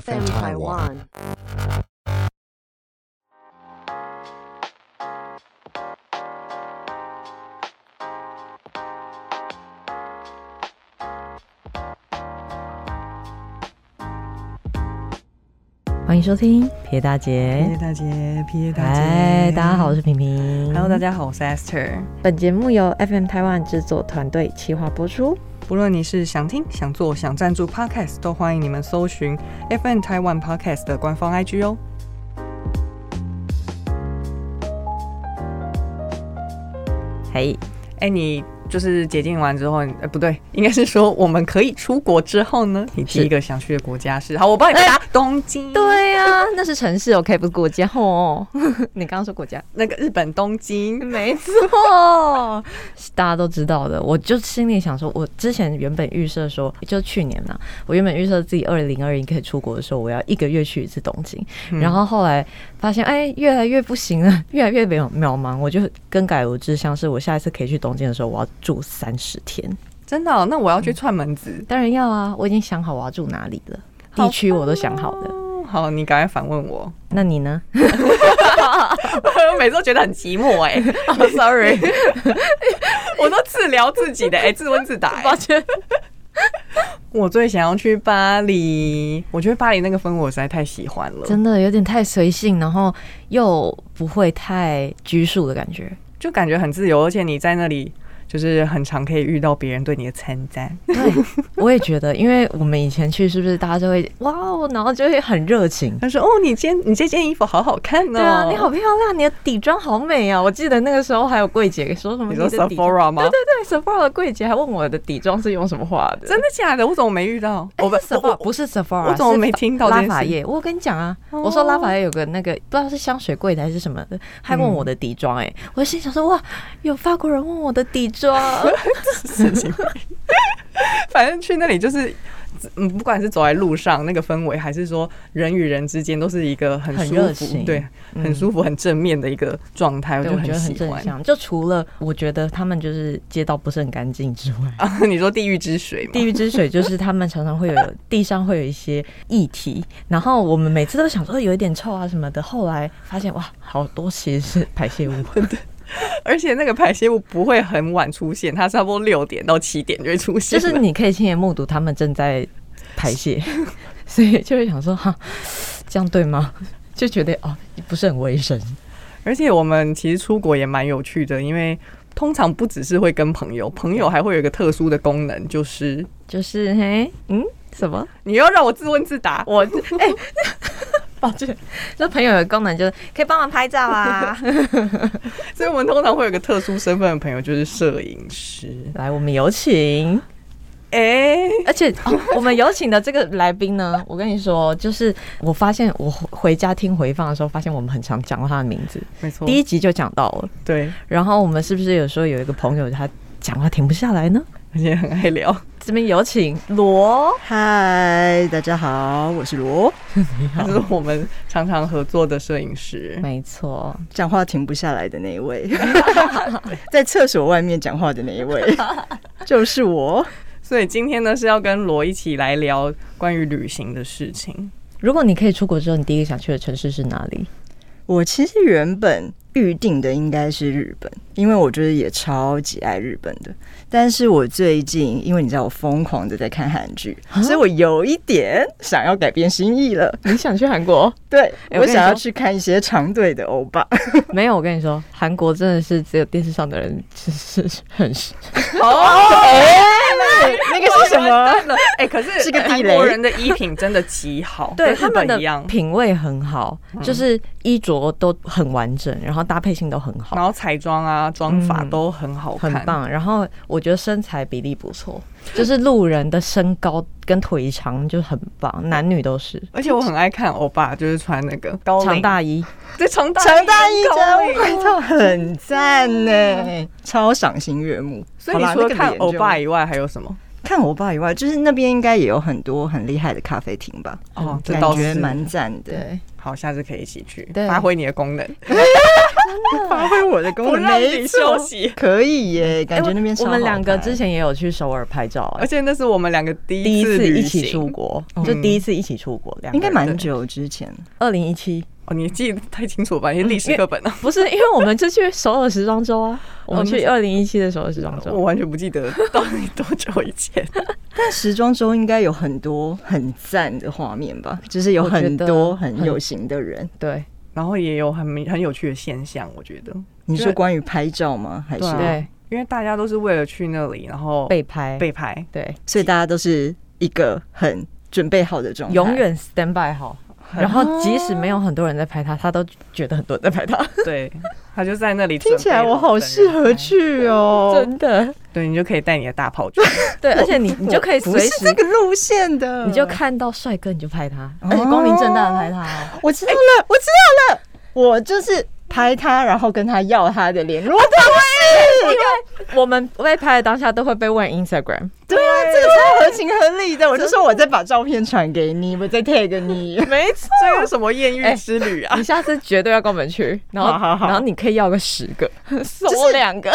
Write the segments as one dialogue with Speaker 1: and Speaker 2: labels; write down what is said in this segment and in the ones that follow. Speaker 1: FM Taiwan.
Speaker 2: 欢迎收听撇大姐
Speaker 3: 皮。大姐，皮大姐，
Speaker 2: 哎，大家好，我是平平。
Speaker 3: ，Hello，大家好，我是 Esther。
Speaker 1: 本节目由 FM 台湾制作团队企划播出。
Speaker 3: 不论你是想听、想做、想赞助 Podcast，都欢迎你们搜寻 FN Taiwan Podcast 的官方 IG 哦。
Speaker 2: 嘿，
Speaker 3: 哎，你就是解禁完之后，呃，不对， 应该是说我们可以出国之后呢，你第
Speaker 2: 是
Speaker 3: 一个想去的国家是？好，我帮你回答，东京。
Speaker 2: 哎对呀、那是城市 OK，不是国家哦。 你刚刚说国家，
Speaker 3: 那个日本东京。
Speaker 2: 没错，是大家都知道的。我就心里想说，我之前原本预设说，就去年嘛，我原本预设自己二零二一可以出国的时候，我要一个月去一次东京。然后后来发现，哎，越来越不行了， 越来越渺渺茫。我就更改我志向，是我下一次可以去东京的时候，我要住三十天。
Speaker 3: 真的哦、那我要去串门子。
Speaker 2: 当然要啊，我已经想好我要住哪里了，
Speaker 3: 好
Speaker 2: 地区我都想好啊的。
Speaker 3: 哦好，你赶快反问我。
Speaker 2: 那你呢？
Speaker 3: 我 每次都觉得很寂 寞哎、s
Speaker 2: 哦
Speaker 3: o r r y 我都自聊自己的哎、自问自答、哎
Speaker 2: 歉，
Speaker 3: 我最想要去巴黎，我觉得巴黎那个氛围我实在太喜欢了，
Speaker 2: 真的有点太随性，然后又不会太拘束的感觉。
Speaker 3: 就感觉很自由，而且你在那里就是很常可以遇到别人对你的称赞。
Speaker 2: 对， 我也觉得，因为我们以前去是不是大家就会哇哦，然后就会很热情。
Speaker 3: 他说：“哦，你今天你这件衣服好好看 哦。”
Speaker 2: 对啊，你好，漂亮，你的底妆好美啊！我记得那个时候还有柜姐说什么
Speaker 3: 你说
Speaker 2: 的底妆
Speaker 3: Sephora 吗
Speaker 2: 对对对，Sephora 的柜姐还问我的底妆是用什么画的，
Speaker 3: 真的假的？我怎么没遇到？ 我不
Speaker 2: 不，
Speaker 3: 我
Speaker 2: Sephora
Speaker 3: 我
Speaker 2: 不是 Sephora，
Speaker 3: 我怎么
Speaker 2: 是
Speaker 3: 没
Speaker 2: 法
Speaker 3: 听到这
Speaker 2: 拉
Speaker 3: 件
Speaker 2: 法
Speaker 3: 事
Speaker 2: 叶？我跟你讲啊，
Speaker 3: 哦
Speaker 2: 我说拉法叶有个那个不知道是香水柜的还是什么的，还问我
Speaker 3: 嗯
Speaker 2: 的底妆，哎，我心想说哇，有法国人问我的底 妆，
Speaker 3: 事情。反正去那里就是，嗯，不管是走在路上那个氛围，还是说人与人之间，都是一个很
Speaker 2: 很
Speaker 3: 舒
Speaker 2: 热
Speaker 3: 服，
Speaker 2: 情
Speaker 3: 对，
Speaker 2: 嗯
Speaker 3: 很舒服、很正面的一个状态，我
Speaker 2: 对，
Speaker 3: 就
Speaker 2: 我觉得很
Speaker 3: 喜
Speaker 2: 正
Speaker 3: 欢。
Speaker 2: 向。就除了我觉得他们就是街道不是很干净之外，
Speaker 3: 啊，你说地狱之水吗？
Speaker 2: 地狱之水就是他们常常会有地上会有一些液体，然后我们每次都想说有一点臭啊什么的，后来发现哇，好多其实是排泄物。
Speaker 3: 而且那个排泄物不会很晚出现，它差不多六点到七点就会出
Speaker 2: 就
Speaker 3: 现了。
Speaker 2: 是你可以亲眼目睹他们正在排 泄，所以就会想说哈，这样对吗？就觉得哦，不是很卫生。
Speaker 3: 而且我们其实出国也蛮有趣的，因为通常不只是会跟朋友，朋友还会有一个特殊的功能，就是
Speaker 2: 就是嘿，嗯，什么？
Speaker 3: 你要让我自问自答。
Speaker 2: 我哎，抱歉，那朋友有功能就是可以帮忙拍照啊。
Speaker 3: 所以我们通常会有一个特殊身份的朋友，就是摄影师。
Speaker 2: 来，我们有请，
Speaker 3: 哎、
Speaker 2: 而且、哦、我们有请的这个来宾呢，我跟你说，就是我发现我回回家听回放的时候，发现我们很常讲到他的名字，
Speaker 3: 没错，
Speaker 2: 第一集就讲到了。
Speaker 3: 对，
Speaker 2: 然后我们是不是有时候有一个朋友他讲话停不下来呢？
Speaker 3: 而且很爱聊。
Speaker 2: 这边有请罗，
Speaker 1: 嗨，大家好，我是罗。
Speaker 3: 他是我们常常合作的摄影师。
Speaker 2: 没错，
Speaker 1: 讲话停不下来的那一位， 在厕所外面讲话的那一位， 就是我。
Speaker 3: 所以今天呢，是要跟罗一起来聊关于旅行的事情。
Speaker 2: 如果你可以出国之后，你第一个想去的城市是哪 里？
Speaker 1: 我其实原本预定的应该是日本，因为我觉得也超级爱日本的。但是我最近，因为你知道我疯狂的在看韩剧，所以我有一点想要改变心意了。
Speaker 2: 你想去韩国？
Speaker 1: 对，
Speaker 2: 哎我跟你
Speaker 1: 我想要
Speaker 2: 说
Speaker 1: 去看一些长队的欧巴。
Speaker 2: 没有，我跟你说，韩国真的是只有电视上的人，只是很
Speaker 1: 那 个是什么？
Speaker 3: 真的，哎、可是
Speaker 1: 是个地
Speaker 3: 韩
Speaker 1: 雷
Speaker 3: 国人的衣品真的极好，
Speaker 2: 对
Speaker 3: 跟
Speaker 2: 他
Speaker 3: 日
Speaker 2: 们
Speaker 3: 本
Speaker 2: 的
Speaker 3: 一样，
Speaker 2: 品味很好，就是衣着都很完整，然后搭配性都很好
Speaker 3: 然，后彩妆啊、妆法
Speaker 2: 嗯
Speaker 3: 都很好看，
Speaker 2: 很。棒。然后我觉得身材比例不错，就是路人的身高跟腿长就很棒，男女都是。
Speaker 3: 而且我很爱看欧巴，就是穿那个高领
Speaker 2: 长，大衣，
Speaker 3: 对长大
Speaker 1: 长大衣
Speaker 3: 高
Speaker 1: 真
Speaker 3: 领。
Speaker 1: 外套很赞呢，超赏心悦目。
Speaker 3: 所以你
Speaker 1: 好啦
Speaker 3: 除了
Speaker 1: 那个
Speaker 3: 看
Speaker 1: 脸就
Speaker 3: 欧巴以外，还有什么？
Speaker 1: 看欧巴以外，就是那边应该也有很多很厉害的咖啡厅吧？嗯
Speaker 3: 哦，这
Speaker 1: 感
Speaker 3: 倒
Speaker 1: 觉
Speaker 3: 是
Speaker 1: 蛮赞的。
Speaker 2: 对，
Speaker 3: 好，下次可以一起去
Speaker 2: 对
Speaker 3: 发挥你的功能。
Speaker 1: 发挥我的功
Speaker 3: 不
Speaker 1: 能，
Speaker 3: 让
Speaker 1: 没
Speaker 3: 你
Speaker 1: 错
Speaker 3: 休，息。
Speaker 1: 可以耶，感觉那边
Speaker 2: 嗯哎我
Speaker 1: 超
Speaker 2: 们
Speaker 1: 好
Speaker 2: 两个
Speaker 1: 拍
Speaker 2: 之前也有去首尔拍照、哎
Speaker 3: 而且那是我们两个第
Speaker 2: 第一
Speaker 3: 次
Speaker 2: 次嗯
Speaker 3: 旅
Speaker 2: 一起
Speaker 3: 行
Speaker 2: 出国，就第一次一起出国，两
Speaker 1: 应该蛮
Speaker 3: 对
Speaker 1: 久之前了，
Speaker 2: 二零一七，
Speaker 3: 哦，你记得太清楚吧？因为历史课本啊，
Speaker 2: 不是因为我们就去首尔时装周 啊，我们
Speaker 3: 那
Speaker 2: 去二零一七的首尔时装
Speaker 3: 我
Speaker 2: 周，
Speaker 3: 完全不记得到底多久以前。
Speaker 1: 但时装周应该有很多很赞的画面吧，就是有
Speaker 2: 我觉
Speaker 1: 很
Speaker 2: 得
Speaker 1: 多很
Speaker 2: 很
Speaker 1: 有型的人。
Speaker 2: 对
Speaker 3: 然后也有很很有趣的现象，我觉得，
Speaker 1: 你
Speaker 3: 就
Speaker 1: 说
Speaker 3: 是
Speaker 1: 关于拍照吗？还是
Speaker 3: 对啊
Speaker 2: 对，
Speaker 3: 因为大家都是为了去那里，然后
Speaker 2: 被拍，
Speaker 3: 被拍，
Speaker 2: 对，
Speaker 1: 所以大家都是一个很准备好的状态，
Speaker 2: 永远 stand by 好。然后即使没有很多人在拍他，他都觉得很多人在拍他，
Speaker 3: 对，他就在那里。
Speaker 1: 听起来我好适合。去哦。
Speaker 2: 真的。
Speaker 3: 对，你就可以带你的大炮去。
Speaker 2: 对，而且你你就可以
Speaker 1: 不
Speaker 2: 随
Speaker 1: 是
Speaker 2: 时
Speaker 1: 这，个路线的，
Speaker 2: 你就看到帅哥你就拍他，而且光明正大的拍他哦。
Speaker 1: 我知道了，我知道了，我就是拍他，然后跟他要他的联
Speaker 2: 啊
Speaker 1: 络方式。
Speaker 2: 我们被拍的当下都会被问 Instagram，
Speaker 1: 对啊，这个超合情合理的。我就说我再把照片传给你，我再 tag 你。
Speaker 2: 没错，
Speaker 3: 这个什么艳遇之旅啊
Speaker 2: 你？下次绝对要跟我们去，然后
Speaker 1: 好好好
Speaker 2: 然后你可以要个十 个，送我两个，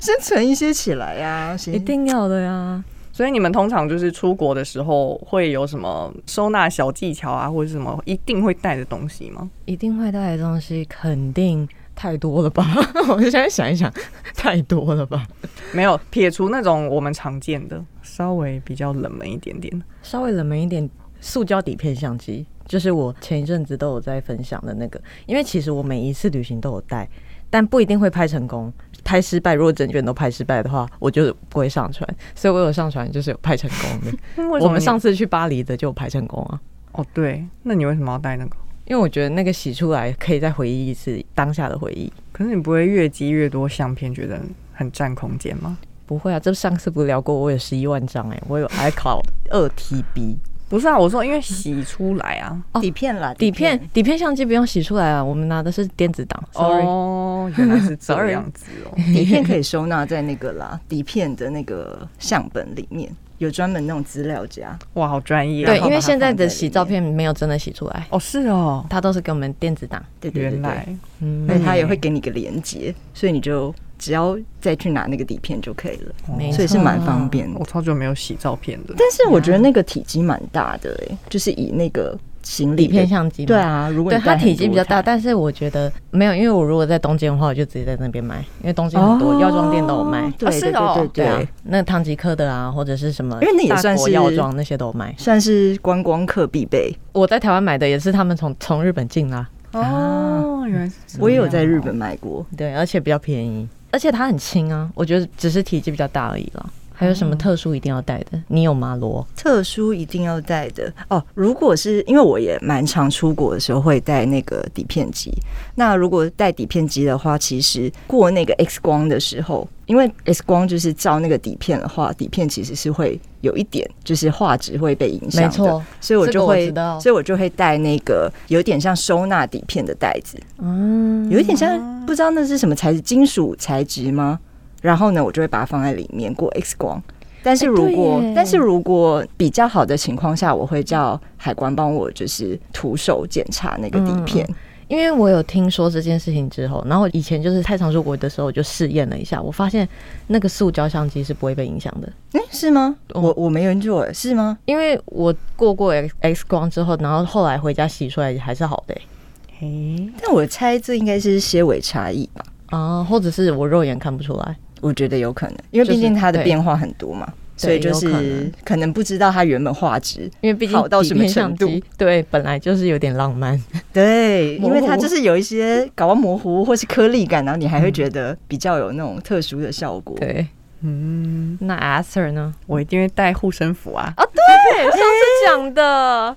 Speaker 1: 先存一些起来呀、啊，
Speaker 2: 一
Speaker 1: 先
Speaker 2: 定要的呀。
Speaker 3: 所以你们通常就是出国的时候会有什么收纳小技巧啊，或者什么一定会带的东西吗？
Speaker 2: 一定会带的东西肯定太多了吧？ 我现在想一想， 太多了吧？
Speaker 3: 没有，撇除那种我们常见的，稍微比较冷门一点点。
Speaker 2: 稍微冷门一点，塑胶底片相机，就是我前一阵子都有在分享的那个，因为其实我每一次旅行都有带，但不一定会拍成功。拍失败，如果整卷都拍失败的话，我就不会上传。所以我有上传，就是有拍成功的。
Speaker 3: 为什
Speaker 2: 我
Speaker 3: 么
Speaker 2: 们
Speaker 3: 你
Speaker 2: 上次去巴黎的就有拍成功啊。
Speaker 3: 哦，对，那你为什么要带那个？
Speaker 2: 因为我觉得那个洗出来可以再回忆一次当下的回忆。
Speaker 3: 可是你不会越积越多相片，觉得很占空间吗？
Speaker 2: 不会啊，这上次不聊过，我有十一万张哎、
Speaker 1: 欸
Speaker 2: 我有 iCloud 二 TB
Speaker 3: 不是啊，我说因为洗出来啊。
Speaker 1: 底片啦，
Speaker 2: 底片，底片相机不用洗出来啊，我们拿的是电子档。Sorry，、
Speaker 3: 哦，原来是这
Speaker 2: Sorry
Speaker 3: 样子哦。
Speaker 1: 底 片可以收纳在那个啦，底片的那个相本里面有专门那种资料夹。
Speaker 3: 哇，好专业。
Speaker 2: 对，
Speaker 1: 然后
Speaker 2: 因
Speaker 1: 把
Speaker 2: 为
Speaker 1: 它
Speaker 2: 现在
Speaker 1: 放在
Speaker 2: 的
Speaker 1: 里
Speaker 2: 洗
Speaker 1: 面
Speaker 2: 照片没有真的洗出来，
Speaker 3: 哦，是哦，
Speaker 2: 它都是给我们电子档。
Speaker 1: 对对对
Speaker 3: 原来
Speaker 1: 对，
Speaker 2: 嗯
Speaker 1: 那它也会给你个连接，所以你就只要再去拿那个底片就可以了，
Speaker 2: 没错
Speaker 1: 哦所以是蛮方便的
Speaker 3: 我。超久没有洗照片的。
Speaker 1: 但是我觉得那个体积蛮大的哎、就是以那个行李
Speaker 2: 底
Speaker 1: 的
Speaker 2: 片相机嘛
Speaker 1: 对啊，如果
Speaker 2: 对
Speaker 1: 你带
Speaker 2: 它体积
Speaker 1: 很
Speaker 2: 比
Speaker 1: 多
Speaker 2: 较大，
Speaker 1: 台
Speaker 2: 但是我觉得没有，因为我如果在东京的话，我就直接在那边买，因为东京很多、药妆店都有卖。
Speaker 1: 对
Speaker 3: 是
Speaker 1: 对
Speaker 3: 哦
Speaker 1: 对对
Speaker 2: 对啊
Speaker 1: 哦对，，
Speaker 2: 那唐吉诃德啊，或者是什么，
Speaker 1: 因为那也算是
Speaker 2: 药妆那些都有卖。
Speaker 1: 算是观光客必备。
Speaker 2: 我在台湾买的也是他们从从日本进啦、
Speaker 3: 哦，原来是这样
Speaker 1: 啊我也有在日本买过，
Speaker 2: 对，而且比较便宜，而且它很轻啊，我觉得只是体积比较大而已啦。还有什
Speaker 1: 哦
Speaker 2: 么特殊一定要带的？你有吗？罗？
Speaker 1: 特殊一定要带的哦。如果是因为我也蛮常出国的时候会带那个底片机，那如果带底片机的话，其实过那个 X 光的时候，因为 X 光就是照那个底片的话，底片其实是会有一点就是画质会被影响的，
Speaker 2: 没错
Speaker 1: 所以我
Speaker 2: 这
Speaker 1: 就
Speaker 2: 个我
Speaker 1: 会
Speaker 2: 知，道
Speaker 1: 所以我就会带那个有点像收纳底片的袋子，
Speaker 2: 嗯，
Speaker 1: 有一点像不知道那是什么材质，金属材质吗？然后呢，我就会把它放在里面过 X 光。但是如果、
Speaker 2: 哎对耶
Speaker 1: 但是如果比较好的情况下，我会叫海关帮我就是徒手检查那个底片。
Speaker 2: 因为我有听说这件事情之后，然后以前就是太常出国的时候，我就试验了一下，我发现那个塑胶相机是不会被影响的，
Speaker 1: 哎、是吗？
Speaker 2: 嗯
Speaker 1: 我我没研究，哎是吗？
Speaker 2: 因为我过过 X X 光之后，然后后来回家洗出来还是好的欸、
Speaker 3: 嘿，
Speaker 1: 但我猜这应该是些微差异吧，
Speaker 2: 啊，或者是我肉眼看不出来。
Speaker 1: 我觉得有可能，因为
Speaker 2: 就是
Speaker 1: 毕竟它的
Speaker 2: 对
Speaker 1: 变化很多嘛，
Speaker 2: 对
Speaker 1: 所以就
Speaker 2: 有可
Speaker 1: 是
Speaker 2: 能
Speaker 1: 可能不知道它原本画质，
Speaker 2: 因为毕竟
Speaker 1: 好到什
Speaker 2: 底
Speaker 1: 么
Speaker 2: 片相
Speaker 1: 程
Speaker 2: 机，对，本来就是有点浪漫。
Speaker 1: 对，因为它
Speaker 2: 模糊
Speaker 1: 就是有一些搞到模糊或是颗粒感，然后你还会觉得比较有那种特殊的效果。
Speaker 2: 对，
Speaker 3: 嗯，
Speaker 2: 那 a s e r 呢？
Speaker 3: 我一定会带护身符啊，
Speaker 2: 对，上次讲的，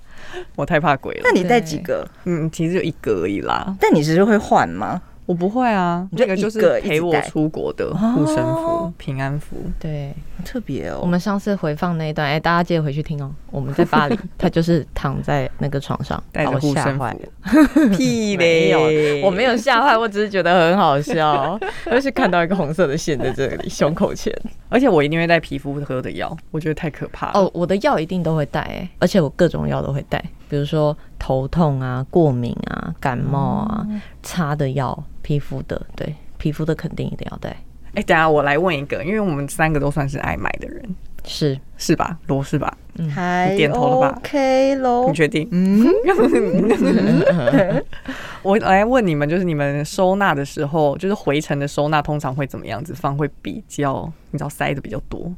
Speaker 3: 我太怕鬼了
Speaker 1: 那。你带几个？
Speaker 3: 嗯，其实就一个而已啦，
Speaker 1: 但你只是会换吗？
Speaker 3: 我不会啊，
Speaker 1: 你就
Speaker 3: 那个就是
Speaker 1: 一个一直
Speaker 3: 陪我
Speaker 1: 带
Speaker 3: 出国的护身符
Speaker 1: 哦、
Speaker 3: 平安符。
Speaker 2: 对
Speaker 1: 好特别
Speaker 2: 我
Speaker 1: 哦。
Speaker 2: 们上次回放那一段，哎、大家记得回去听哦。我们在巴 黎，他就是躺在那个床上，
Speaker 3: 带
Speaker 2: 把
Speaker 3: 着
Speaker 2: 我
Speaker 3: 护
Speaker 2: 吓
Speaker 3: 身
Speaker 2: 坏了。
Speaker 3: 符，屁
Speaker 2: 没
Speaker 3: 嘞！
Speaker 2: 有，我没有吓坏，我只是觉得很好 笑，而是看到一个红色的线在这里，胸口前。
Speaker 3: 而且我一定会带皮肤科
Speaker 2: 哦
Speaker 3: 的药，我觉得太可怕了。
Speaker 2: 哦，我的药一定都会带、哎而且我各种药都会带，比如说头痛啊、过敏啊、感冒啊、
Speaker 3: 哦
Speaker 2: 擦的药、皮肤的，对皮肤的肯定一定要带。
Speaker 3: 哎、等一下我来问一个，因为我们三个都算是爱买的人，
Speaker 2: 是，
Speaker 3: 是吧？罗是吧？
Speaker 1: 还
Speaker 3: 嗯你点头了吧
Speaker 1: OK 喽
Speaker 3: 你。确定？
Speaker 1: 嗯，
Speaker 3: 我来问你们，就是你们收纳的时候，就是回程的收纳通常会怎么样子放？会比较你知道塞的比较多，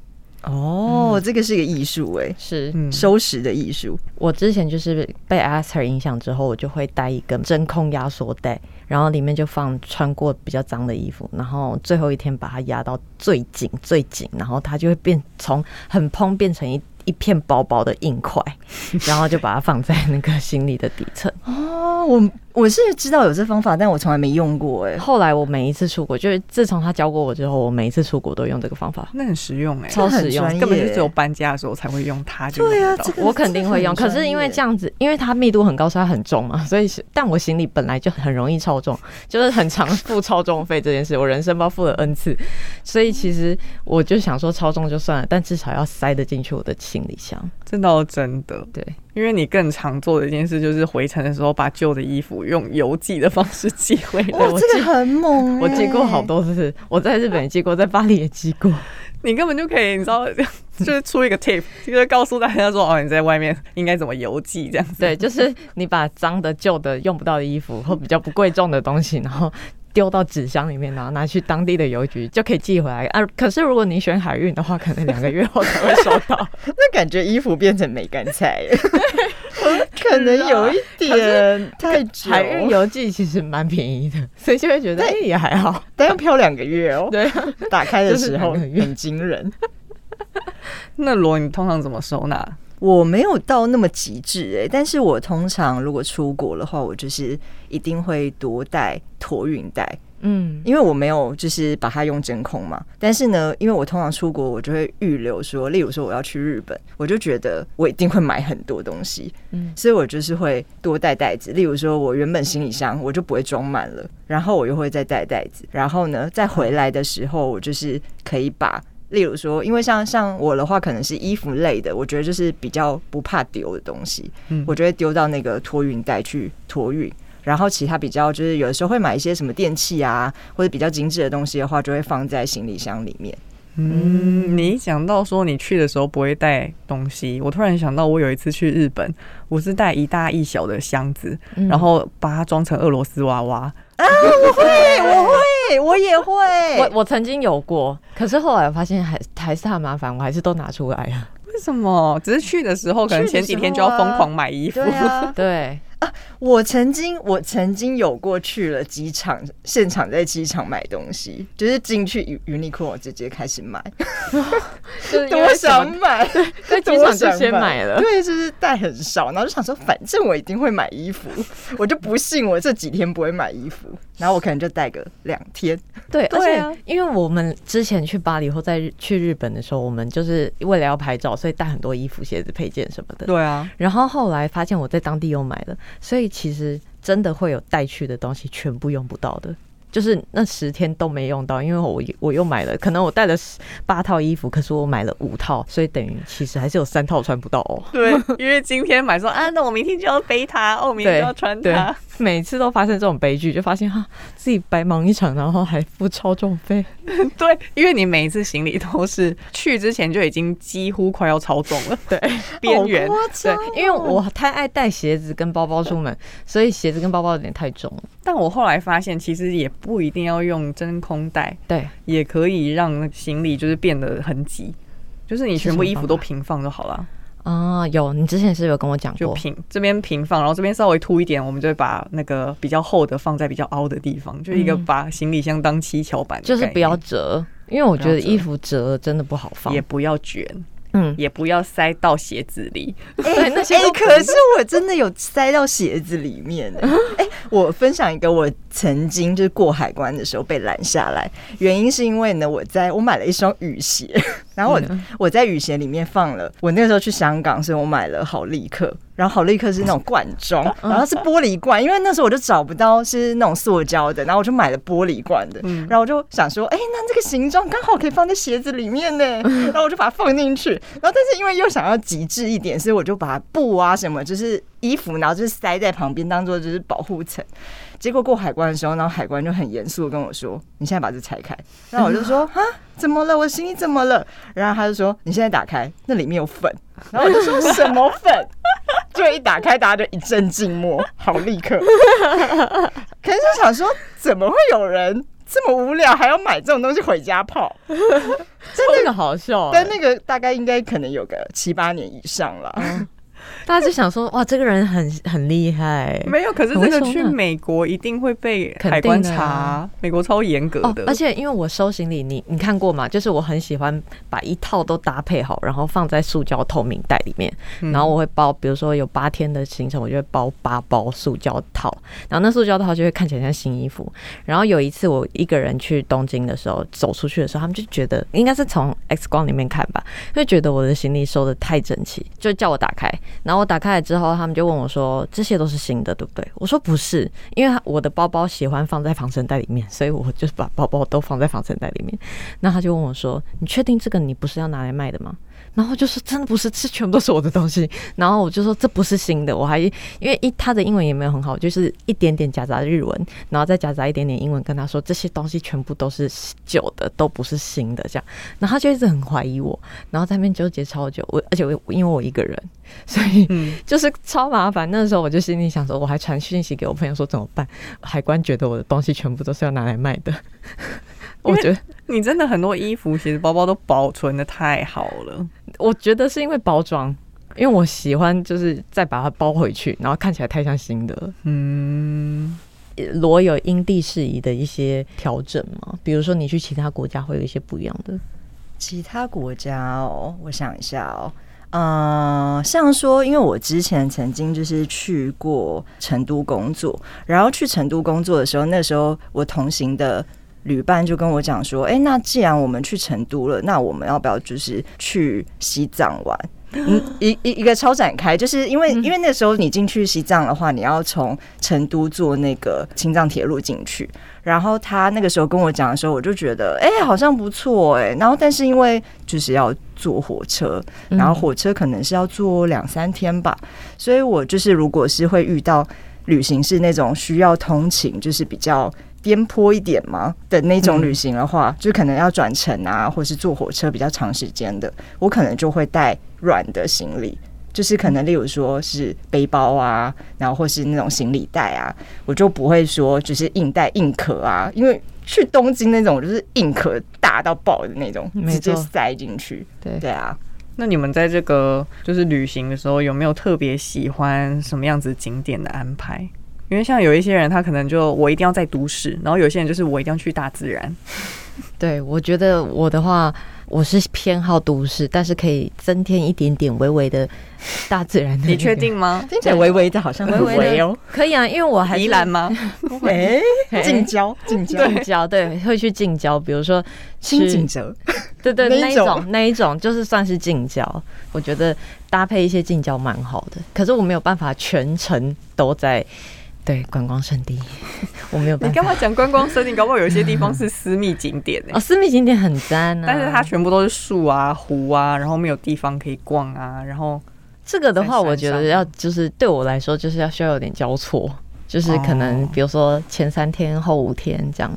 Speaker 1: 哦，这个是一个艺术哎，
Speaker 2: 是，
Speaker 3: 嗯
Speaker 1: 收拾的艺术。
Speaker 2: 我之前就是被 Aster 影响之后，我就会带一个真空压缩袋，然后里面就放穿过比较脏的衣服，然后最后一天把它压到最紧最紧，然后它就会变从很蓬变成一一片薄薄的硬块， 然后就把它放在那个行李的底层。
Speaker 1: 哦，我我是知道有这方法，但我从来没用过
Speaker 3: 哦
Speaker 1: 哎。
Speaker 2: 后来我每一次出国，就是自从他教过我之后，我每一次出国都用这个方法。
Speaker 3: 那很实用哎、
Speaker 2: 超
Speaker 1: 这很
Speaker 2: 实用
Speaker 1: 专业
Speaker 3: 根本就是只有搬家的时候才会用它，就
Speaker 1: 对啊
Speaker 3: 用得到
Speaker 1: 这个
Speaker 2: 我肯定会用，
Speaker 1: 这个
Speaker 2: 可
Speaker 1: 很
Speaker 2: 是因为
Speaker 1: 专业
Speaker 2: 这样子，因为它密度很高，所以它很重嘛，所以是，但我行李本来就很容易超重，就是很 常付超重费这件事，我人生包付了 n 次，所以其实我就想说超重就算了，但至少要塞得进去我的行李箱。
Speaker 3: 这倒真的。
Speaker 2: 对，
Speaker 3: 因为你更常做的一件事就是回程的时候把旧的衣服用邮寄的方式寄回来。
Speaker 1: 哇，这个很猛哎！
Speaker 2: 我寄过好多次，我在日本也寄过，在巴黎也寄过。
Speaker 3: 你根本就可以，你知道，就是出一个 tip，就是告诉大家说，哦，你在外面应该怎么邮寄这样子。
Speaker 2: 对，就是你把脏的、旧的、用不到的衣服或比较不贵重的东西，然后丢到纸箱里面，然后拿去当地的邮局就可以寄回来啊。可是如果你选海运的话，可能两个月后才会收到。
Speaker 1: 那感觉衣服变成梅干 菜耶，可能有一点太久，
Speaker 2: 海运邮寄其实蛮便宜的，所以就会觉得哎、
Speaker 1: 对
Speaker 2: 也还好。
Speaker 1: 但要漂两个月哦。
Speaker 2: 对啊，
Speaker 1: 打开的时候
Speaker 2: 就是两个月
Speaker 1: 很惊人。
Speaker 3: 那罗，你通常怎么收纳？
Speaker 1: 我没有到那么极致哎、但是我通常如果出国的话，我就是一定会多带托运袋，
Speaker 2: 嗯，
Speaker 1: 因为我没有就是把它用真空嘛。但是呢，因为我通常出国，我就会预留说，例如说我要去日本，我就觉得我一定会买很多东西，
Speaker 2: 嗯
Speaker 1: 所以我就是会多带袋子。例如说，我原本行李箱我就不会装满了，然后我又会再带袋子，然后呢，再回来的时候，我就是可以把。例如说，因为像像我的话，可能是衣服类的，我觉得就是比较不怕丢的东西，
Speaker 3: 嗯
Speaker 1: 我就会丢到那个托运袋去托运。然后其他比较就是有的时候会买一些什么电器啊，或者比较精致的东西的话，就会放在行李箱里面。
Speaker 3: 嗯，你一讲到说你去的时候不会带东西，我突然想到，我有一次去日本，我是带一大一小的箱子，
Speaker 2: 嗯
Speaker 3: 然后把它装成俄罗斯娃娃。
Speaker 1: 对，我会，哎我也会。
Speaker 2: 我我曾经有过，可是后来我发现还还是太麻烦，我还是都拿出来了。
Speaker 3: 为什么？只是去的时候，可能前几天就要疯狂买衣服。
Speaker 1: 对啊，
Speaker 2: 对，
Speaker 1: 我曾经，我曾经有过去了机场，现场在机场买东西，就是进去 Uniqlo 直接开始 买，
Speaker 2: 就是因为
Speaker 1: 多
Speaker 2: 什么
Speaker 1: 想买，
Speaker 2: 在机
Speaker 1: 多
Speaker 2: 场就
Speaker 1: 想
Speaker 2: 先买了。
Speaker 1: 对，就是带很少，然后就想说，反正我一定会买衣 服，我就不信我这几天不会买衣服，然后我可能就带个两天，
Speaker 2: 对，而
Speaker 3: 对啊
Speaker 2: 且因为我们之前去巴黎或在日去日本的时候，我们就是为了要拍照，所以带很多衣服、鞋子、配件什么的。
Speaker 3: 对啊，
Speaker 2: 然后后来发现我在当地又买了，所以其实真的会有带去的东西全部用不到的，就是那十天都没用到，因为我我又买了，可能我带了十八套衣服，可是我买了五套，所以等于其实还是有三套穿不到哦。
Speaker 3: 对， 因为今天买说啊，那我明天就要背它，哦，我明天
Speaker 2: 对
Speaker 3: 就要穿
Speaker 2: 对
Speaker 3: 它。，
Speaker 2: 每次都发生这种悲剧，就发现哈、啊自己白忙一场，然后还付超重费。
Speaker 3: 对，因为你每一次行李都是去之前就已经几乎快要超重 了，
Speaker 2: 对，
Speaker 3: 边缘
Speaker 1: 好。夸
Speaker 2: 对
Speaker 1: 张，
Speaker 2: 哦因为我太爱带鞋子跟包包出门，所以鞋子跟包包有点太重了。
Speaker 3: 但我后来发现，其实也不一定要用真空袋，
Speaker 2: 对，
Speaker 3: 也可以让行李就是变得很挤，就是你全部衣服都平放就好了，
Speaker 2: 啊、有你之前是有跟我讲
Speaker 3: 就
Speaker 2: 过，
Speaker 3: 平这边平放，然后这边稍微凸一点，我们就会把那个比较厚的放在比较凹的地方，就一个
Speaker 2: 嗯
Speaker 3: 把行李箱当七巧板的概
Speaker 2: 就
Speaker 3: 念，
Speaker 2: 是不要折，因为我觉
Speaker 3: 不
Speaker 2: 得
Speaker 3: 要折
Speaker 2: 衣服折了真的不好放
Speaker 3: 也。不要卷，
Speaker 2: 嗯，
Speaker 3: 也不要塞到鞋子里。
Speaker 2: 对，那些
Speaker 1: 哎、
Speaker 2: 都不
Speaker 1: 可是我真的有塞到鞋子里 面、欸。哎、我分享一个我曾经就是过海关的时候被拦下来，原因是因为呢，我在我买了一双雨鞋，然后我、
Speaker 2: 嗯
Speaker 1: 我在雨鞋里面放了，我那个时候去香港，所以我买了好利克，然后好利克是那种罐装，然后是玻璃罐，因为那时候我就找不到是那种塑胶的，然后我就买了玻璃罐的，然后我就想说，哎、那这个形状刚好可以放在鞋子里面呢，然后我就把它放进去，然后但是因为又想要极致一点，所以我就把布啊什么就是衣服，然后就是塞在旁边当做就是保护层。结果过海关的时候，然后海关就很严肃的跟我说：“你现在把这拆开。”然后我就说：“啊，怎么了？我行李怎么了？”然后他就说：“你现在打开，那里面有粉。”然后我就说：“什么粉？”就一打开，大家就一阵静默，好立刻。可是就想说，怎么会有人这么无聊还要买这种东西回家泡？
Speaker 2: 真的好笑欸、
Speaker 1: 但那个大概应该可能有个七八年以上了。
Speaker 2: 大家就想说，哇，这个人很很厉害，
Speaker 3: 没有，可是
Speaker 2: 欸很
Speaker 3: 这
Speaker 2: 会
Speaker 3: 个
Speaker 2: 收
Speaker 3: 去
Speaker 2: 纳
Speaker 3: 美国一定会被
Speaker 2: 肯
Speaker 3: 海关
Speaker 2: 定的
Speaker 3: 查，
Speaker 2: 啊
Speaker 3: 美国超严格
Speaker 2: 哦
Speaker 3: 的。，
Speaker 2: 而且因为我收行李，你你看过吗？就是我很喜欢把一套都搭配好，然后放在塑胶透明袋里面，
Speaker 3: 嗯
Speaker 2: 然后我会包，比如说有八天的行程，我就会包八包塑胶套，然后那塑胶套就会看起来像新衣服。然后有一次我一个人去东京的时候，走出去的时候，他们就觉得应该是从 X 光里面看吧，就觉得我的行李收的太整齐，就叫我打开。然后我打开来之后，他们就问我说：“这些都是新的，对不对？”我说：“不是，因为我的包包喜欢放在防尘袋里面， 所以我就把包包都放在防尘袋里面。”那他就问我说：“你确定这个你不是要拿来卖的吗？”然后我就说真的不是，这全部都是我的东西。然后我就说这不是新的，我还因为一他的英文也没有很好，就是一点点夹杂日文，然后再夹杂一点点英文，跟他说这些东西全部都是旧的，都不是新的这样。然后他就一直很怀疑我，然后在那边纠结超久。我而且我因为我一个人， 所以就是超麻烦。那时候我就心里想说，我还传讯息给我朋友说怎么办？海关觉得我的东西全部都是要拿来卖 的，我觉得。
Speaker 3: 你真的很多衣服、鞋子、包包都保存的太好了。
Speaker 2: 我觉得是因为包装，因为我喜欢就是再把它包回去，然后看起来太像新的了。
Speaker 3: 嗯，
Speaker 2: 呃罗有因地适宜的一些调整吗？比如说你去其他国家会有一些不一样的。
Speaker 1: 其他国家哦，我想一下哦，呃，像说，因为我之前曾经就是去过成都工作，然后去成都工作的时候，那时候我同行的。旅伴就跟我讲说，哎、那既然我们去成都了，那我们要不要就是去西藏玩？嗯，一一一个超展开，就是因为因为那时候你进去西藏的话，你要从成都坐那个青藏铁路进去，然后他那个时候跟我讲的时候，我就觉得哎、好像不错哎、然后但是因为就是要坐火车，
Speaker 2: 嗯
Speaker 1: 然后火车可能是要坐两三天吧，所以我就是如果是会遇到旅行是那种需要通勤，就是比较。颠簸一点嘛的那
Speaker 2: 嗯
Speaker 1: 种旅行的话，就可能要转乘啊，或是坐火车比较长时间的，我可能就会带软的行李，就是可能例如说是背包啊，然后或是那种行李袋啊，我就不会说就是硬带硬壳啊，因为去东京那种我就是硬壳大到爆的那种，
Speaker 2: 没
Speaker 1: 直接
Speaker 2: 错
Speaker 1: 塞进去。
Speaker 2: 对
Speaker 1: 对啊，
Speaker 3: 那你们在这个就是旅行的时候，有没有特别喜欢什么样子景点的安排？因为像有一些人，他可能就我一定要在都市，然后有些人就是我一定要去大 自然。
Speaker 2: 对，我觉得我的话，我是偏好都市，但是可以增添一点点微微的大自然的、
Speaker 3: 你确？定吗？
Speaker 1: 听起来微微的，好像
Speaker 2: 微
Speaker 1: 很
Speaker 2: 微
Speaker 1: 微
Speaker 2: 的
Speaker 1: 哦。
Speaker 2: 可以啊，因为我还是
Speaker 3: 宜兰吗？
Speaker 1: 哎，
Speaker 2: 嘿
Speaker 1: 近郊，近郊，
Speaker 2: 近郊，对，会去近郊，比如说
Speaker 1: 新
Speaker 2: 吃
Speaker 1: 景泽，
Speaker 2: 对对，
Speaker 1: 那
Speaker 2: 那
Speaker 1: 一
Speaker 2: 一
Speaker 1: 种
Speaker 2: 种那一种就是算是近郊，我觉得搭配一些近郊蛮好的。可是我没有办法全程都在对观光胜地， 我没有
Speaker 3: 你
Speaker 2: 办
Speaker 3: 干
Speaker 2: 法。
Speaker 3: 嘛讲观光森林？搞不好有些地方是私密景点欸呢、
Speaker 2: 哦，私密景点很赞啊，
Speaker 3: 但是它全部都是树啊、湖啊，然后没有地方可以逛啊，然后
Speaker 2: 这个的
Speaker 3: 在
Speaker 2: 话，我
Speaker 3: 山
Speaker 2: 觉得
Speaker 3: 上
Speaker 2: 要就是对我来说，就是要需要有点交错，就是可能
Speaker 3: 哦
Speaker 2: 比如说前三天后五天这样，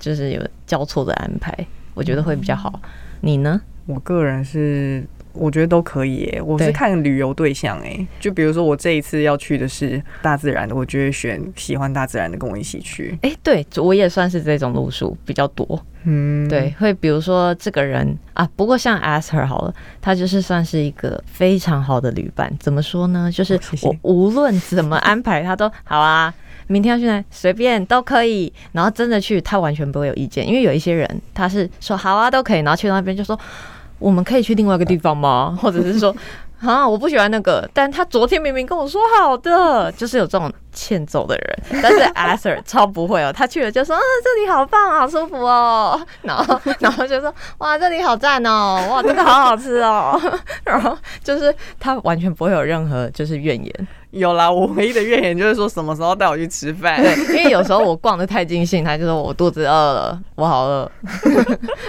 Speaker 2: 就是有交错的安排，我觉得会比较好。
Speaker 3: 嗯
Speaker 2: 你呢？
Speaker 3: 我个人是我觉得都可以耶、我是
Speaker 2: 对
Speaker 3: 看旅游对象哎、就比如说我这一次要去的是大自然的，我就会选喜欢大自然的跟我一起去。
Speaker 2: 哎、对我也算是这种路数比较多。
Speaker 3: 嗯，
Speaker 2: 对，会比如说这个人啊，不过像 Aster 好了，他就是算是一个非常好的旅伴。怎么说呢？就是
Speaker 3: 哦谢谢
Speaker 2: 我无论怎么安排，他都好啊。 明天要去哪里随便都可以，然后真的去，他完全不会有意见，因为有一些人他是说好啊都可以，然后去到那边就说我们可以去另外一个地方吗？或者是说啊我不喜欢那个，但他昨天明明跟我说好的，就是有这种欠揍的人，但是 a s e r 超不会哦，他去了就说啊这里好棒，好舒服哦， 然后然后就说哇这里好赞哦，哇这个好好吃哦， 然后就是他完全不会有任何就是怨言，
Speaker 3: 有啦，我唯一的怨言就是说什么时候带我去吃饭。
Speaker 2: 对，因为有时候我逛的太尽兴，他就说我肚子饿了，我好饿。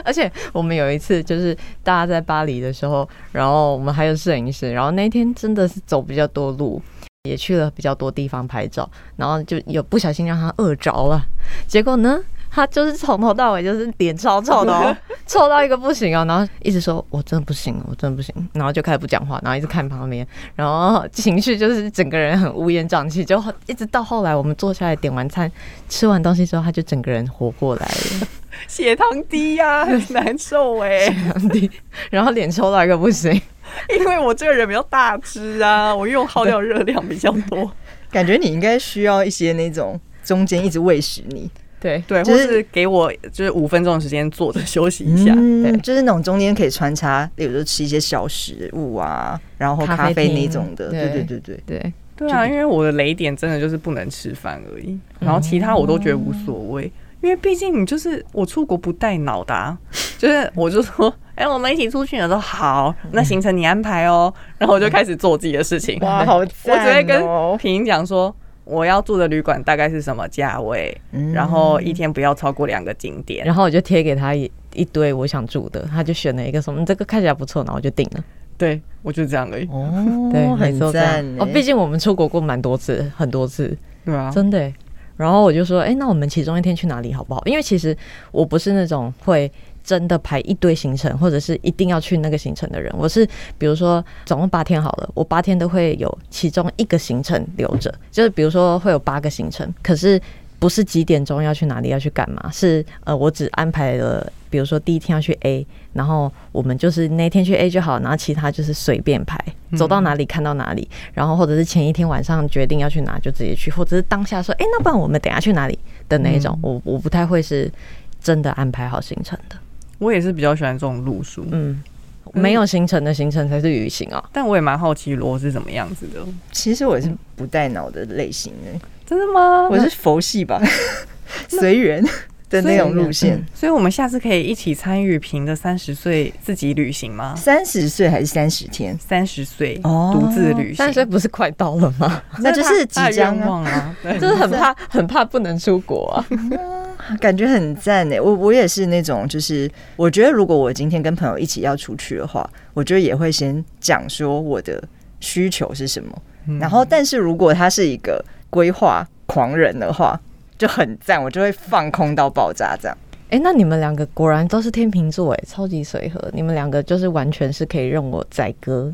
Speaker 2: 而且我们有一次就是大家在巴黎的时候，然后我们还有摄影师，然后那天真的是走比较多路，也去了比较多地方拍照，然后就有不小心让他饿着了，结果呢？他就是从头到尾就是脸超臭的哦，臭到一个不行哦，然后一直说我真的不行，我真的不行，然后就开始不讲话，然后一直看旁边，然后情绪就是整个人很乌烟瘴气，就一直到后来我们坐下来点完餐，吃完东西之后，他就整个人活过来了，
Speaker 3: 血糖低呀、很难受哎、
Speaker 2: 然后脸臭到一个不行，
Speaker 3: 因为我这个人比较大只啊，我用耗掉热量比较多，
Speaker 1: 感觉你应该需要一些那种中间一直喂食你，
Speaker 2: 对
Speaker 3: 对，
Speaker 1: 就
Speaker 3: 或
Speaker 1: 是
Speaker 3: 是给我就是五分钟的时间坐着休息一下。
Speaker 1: 嗯
Speaker 2: 对
Speaker 1: 就是那种中间可以穿插，比如说吃一些小食物啊，然后咖
Speaker 2: 咖啡
Speaker 1: 啡
Speaker 2: 厅
Speaker 1: 那种的，对
Speaker 2: 对
Speaker 1: 对对对。
Speaker 2: 对，
Speaker 3: 对啊，因为我的雷点真的就是不能吃饭而已，
Speaker 1: 嗯
Speaker 3: 然后其他我都觉得无所谓，因为毕竟你就是我出国不带脑的、啊， 就是我就说， 哎、我们一起出去，我说好，
Speaker 1: 嗯
Speaker 3: 那行程你安排哦，然后我就开始做我自己的事情，
Speaker 1: 哇，好
Speaker 3: 我只会
Speaker 1: 赞
Speaker 3: 跟
Speaker 1: 哦
Speaker 3: 平讲说。我要住的旅馆大概是什么价位？
Speaker 1: 嗯
Speaker 3: 然后一天不要超过两个景点。
Speaker 2: 然后我就贴给他一一堆我想住的，他就选了一个什么，嗯这个看起来不错，然后我就定了。
Speaker 3: 对，我就这样而已。
Speaker 1: 哦，
Speaker 2: 对，没
Speaker 1: 很
Speaker 2: 错这样
Speaker 1: 赞欸
Speaker 2: 哦，毕竟我们出国过蛮多次，很多次，
Speaker 3: 对啊，
Speaker 2: 真的欸。然后我就说，哎、那我们其中一天去哪里好不好？因为其实我不是那种会真的排一堆行程，或者是一定要去那个行程的人。我是比如说总共八天好了，我八天都会有其中一个行程留着，就是比如说会有八个行程，可是不是几点钟要去哪里要去干嘛，是呃我只安排了，比如说第一天要去 A，然后我们就是那天去 A 就好，然后其他就是随便排，走到哪里看到哪里，然后或者是前一天晚上决定要去哪就直接去，或者是当下说，哎、那不然我们等一下去哪里的那一种，我我不太会是真的安排好行程的，
Speaker 3: 我也是比较喜欢这种路数，
Speaker 2: 嗯。没有行程的行程才是旅行哦，
Speaker 3: 但我也蛮好奇罗是怎么样子的。
Speaker 1: 其实我是不带脑的类型的，
Speaker 3: 真的吗？
Speaker 1: 我是佛系 吧，随缘嗯的那种路线。
Speaker 3: 所以我们下次可以一起参与平的三十岁自己旅行吗？
Speaker 1: 三十岁还是三十天？
Speaker 3: 三十岁
Speaker 1: 哦
Speaker 3: 独自旅行，
Speaker 2: 但是不是快到了 吗？
Speaker 1: 那就是即
Speaker 3: 他的
Speaker 1: 将
Speaker 3: 愿
Speaker 1: 啊，
Speaker 3: 望 啊，对
Speaker 2: 就是很怕，很怕不能出国 啊。
Speaker 1: 感觉很赞欸诶。我我也是那种，就是我觉得如果我今天跟朋友一起要出去的话，我觉得也会先讲说我的需求是什么。
Speaker 3: 嗯
Speaker 1: 然后，但是如果他是一个规划狂人的话，就很赞，我就会放空到爆炸这样。
Speaker 2: 哎、那你们两个果然都是天秤座，哎，超级随和。你们两个就是完全是可以让我宰割。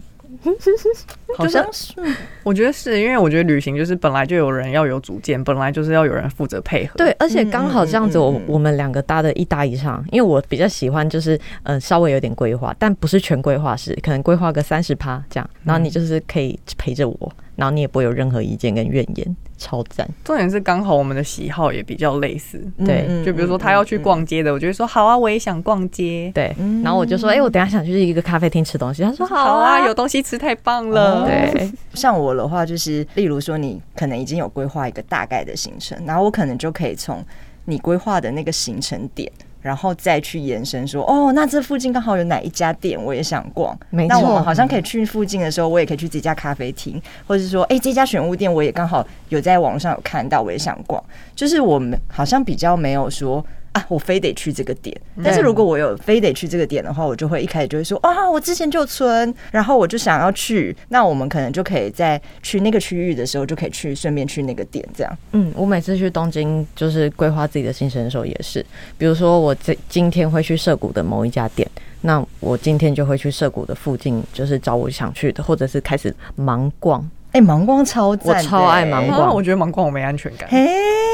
Speaker 1: 好像是
Speaker 3: 我觉得是因为我觉得旅行就是本来就有人要有主见，本来就是要有人负责配合。
Speaker 2: 对，，而且刚好这样子
Speaker 1: 嗯嗯
Speaker 2: 我，我、
Speaker 1: 嗯嗯
Speaker 2: 们两个搭的一搭一唱，因为我比较喜欢就是嗯、呃稍微有点规划，但不是全规划式，可能规划个三十趴这样，然后你就是可以陪着我，然后你也不会有任何意见跟怨言，超赞。
Speaker 3: 重点是刚好我们的喜好也比较类似。
Speaker 2: 对
Speaker 1: 嗯
Speaker 3: 就比如说
Speaker 2: 嗯
Speaker 3: 他要去逛街的，我就会说好啊，我也想逛街。
Speaker 2: 对，然后我就说，哎、我等一下想去一个咖啡厅吃东西，他说好
Speaker 3: 好
Speaker 2: 啊，
Speaker 3: 啊，有东西吃太棒了。
Speaker 1: 哦
Speaker 2: 对。
Speaker 1: 像我的话，就是例如说，你可能已经有规划一个大概的行程，然后我可能就可以从你规划的那个行程点，然后再去延伸说，哦，那这附近刚好有哪一家店我也想逛，
Speaker 2: 没
Speaker 1: 那我
Speaker 2: 错
Speaker 1: 们好像可以去附近的时候，我也可以去这家咖啡厅，或者是说，哎、这家选物店我也刚好有在网上有看到，我也想逛。就是我们好像比较没有说。啊，我非得去这个点，但是如果我有非得去这个点的话，我就会一开始就会说啊，我之前就存，然后我就想要去，那我们可能就可以在去那个区域的时候，就可以去顺便去那个点，这样。
Speaker 2: 嗯，我每次去东京就是规划自己的行程的时候也是，比如说我这今天会去涩谷的某一家店，那我今天就会去涩谷的附近，就是找我想去的，或者是开始盲逛。
Speaker 1: 哎、盲光超赞的、
Speaker 2: 我超爱盲
Speaker 1: 哎
Speaker 2: 逛
Speaker 3: 啊，我觉得蛮逛我没安全感。
Speaker 1: 嘿，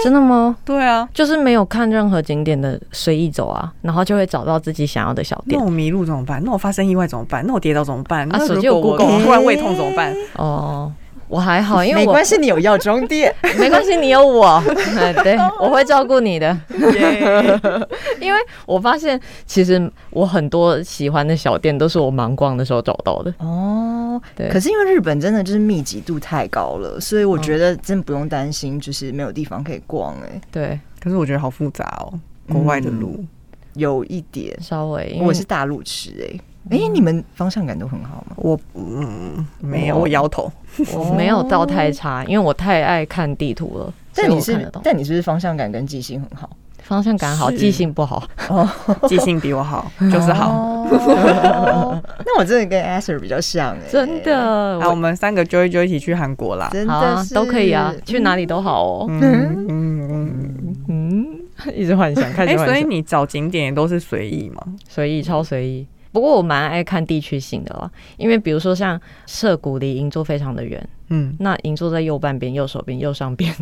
Speaker 2: 真的吗？
Speaker 3: 对啊，
Speaker 2: 就是没有看任何景点的随意走啊，然后就会找到自己想要的小
Speaker 3: 那
Speaker 2: 店。
Speaker 3: 我迷路怎么办？那我发生意外怎么办？那我跌倒怎么办？
Speaker 2: 啊
Speaker 3: 那
Speaker 2: 手机
Speaker 3: 如
Speaker 2: 有
Speaker 3: 果我
Speaker 2: Google
Speaker 1: 啊
Speaker 3: 突然胃痛怎么办？
Speaker 2: 哦，我还好，因为
Speaker 1: 没
Speaker 2: 我
Speaker 1: 关系，你有药妆店，
Speaker 2: 没关系，你有我，哎对，我会照顾你的。
Speaker 3: 耶
Speaker 2: 因为我发现，其实我很多喜欢的小店都是我忙逛的时候找到的。
Speaker 1: 哦，
Speaker 2: 对
Speaker 1: 可是因为日本真的就是密集度太高了，所以我觉得真不用担心，就是没有地方可以逛、哎，
Speaker 2: 对，
Speaker 3: 可是我觉得好复杂哦，国外的路。
Speaker 1: 有一点，
Speaker 2: 稍微因为
Speaker 1: 我是大陆吃、哎，哎、你们方向感都很好吗？
Speaker 3: 我嗯没有，
Speaker 2: 我
Speaker 3: 我摇头。
Speaker 2: 我没有到太差，因为我太爱看地图了。
Speaker 1: 但你
Speaker 2: 所以我看
Speaker 1: 是
Speaker 2: 得懂，
Speaker 1: 但你是不是方向感跟记性很好？
Speaker 2: 方向感好，
Speaker 3: 是
Speaker 2: 记性不好。
Speaker 3: 记性比我 好，就是好。
Speaker 1: 哦。 那我真的跟 Asher 比较像哎、
Speaker 2: 真的，
Speaker 3: 啊，我
Speaker 2: 我
Speaker 3: 们三个就一就一起去韩国啦。
Speaker 1: 真
Speaker 2: 好
Speaker 1: 的
Speaker 2: 啊
Speaker 1: 是、
Speaker 2: 都可以啊，去哪里都好哦。
Speaker 3: 嗯嗯嗯。
Speaker 2: 嗯，一直幻想，开
Speaker 3: 哎
Speaker 2: 始，幻
Speaker 3: 所以
Speaker 2: 想，
Speaker 3: 你找景点也都是随意吗？
Speaker 2: 随意超随意。不过我蛮爱看地区性的啦，因为比如说像涉谷离银座非常的远，
Speaker 3: 嗯，
Speaker 2: 那银座在右半边、右手边、右上边，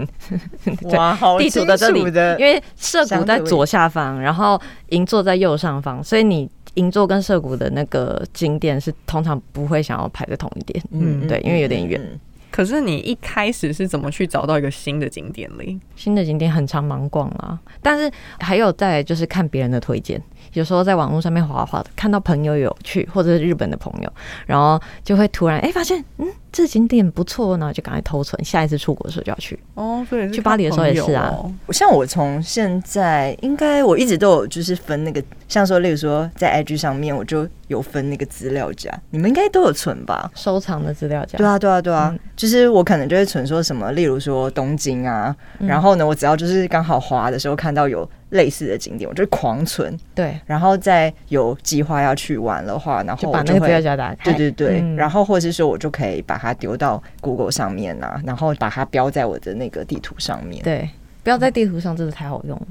Speaker 1: 哇，好
Speaker 2: 地
Speaker 1: 清
Speaker 2: 图
Speaker 1: 楚的
Speaker 2: 的这里，因为涉
Speaker 1: 相
Speaker 2: 谷在
Speaker 1: 对
Speaker 2: 左下方，然后银座在右上方，所以你银座跟涉谷的那个景点是通常不会想要排在同一点，
Speaker 1: 嗯
Speaker 2: 嗯，对，因为有点远。
Speaker 1: 嗯
Speaker 3: 可是你一开始是怎么去找到一个新的景点嘞？
Speaker 2: 新的景点很常盲逛啦，但是还有再来就是看别人的推荐，有时候在网络上面滑滑的，看到朋友有去或者是日本的朋友，然后就会突然哎、发现，嗯，这景点不错，哦然后就赶快偷存，下一次出国的时候就要去。
Speaker 3: 哦，对，
Speaker 2: 去巴黎的时候也是啊
Speaker 3: 看朋友哦。
Speaker 1: 像我从现在应该我一直都有就是分那个，像说例如说在 IG 上面我就有分那个资料夹，你们应该都有存吧？
Speaker 2: 收藏的资料夹，
Speaker 1: 对啊，对啊，对
Speaker 2: 嗯
Speaker 1: 啊，就是我可能就会存说什么，例如说东京啊，
Speaker 2: 嗯
Speaker 1: 然后呢，我只要就是刚好滑的时候看到有类似的景点，我就狂存，
Speaker 2: 对，
Speaker 1: 然后再有计划要去玩的话，然后
Speaker 2: 就
Speaker 1: 我
Speaker 2: 把那
Speaker 1: 就
Speaker 2: 个资料
Speaker 1: 会。
Speaker 2: 夹打开。
Speaker 1: 对对对，
Speaker 2: 嗯
Speaker 1: 然后或是说我就可以把它丢到 Google 上面啊，然后把它标在我的那个地图上面。
Speaker 2: 对，不要在地图上，真的太好用了。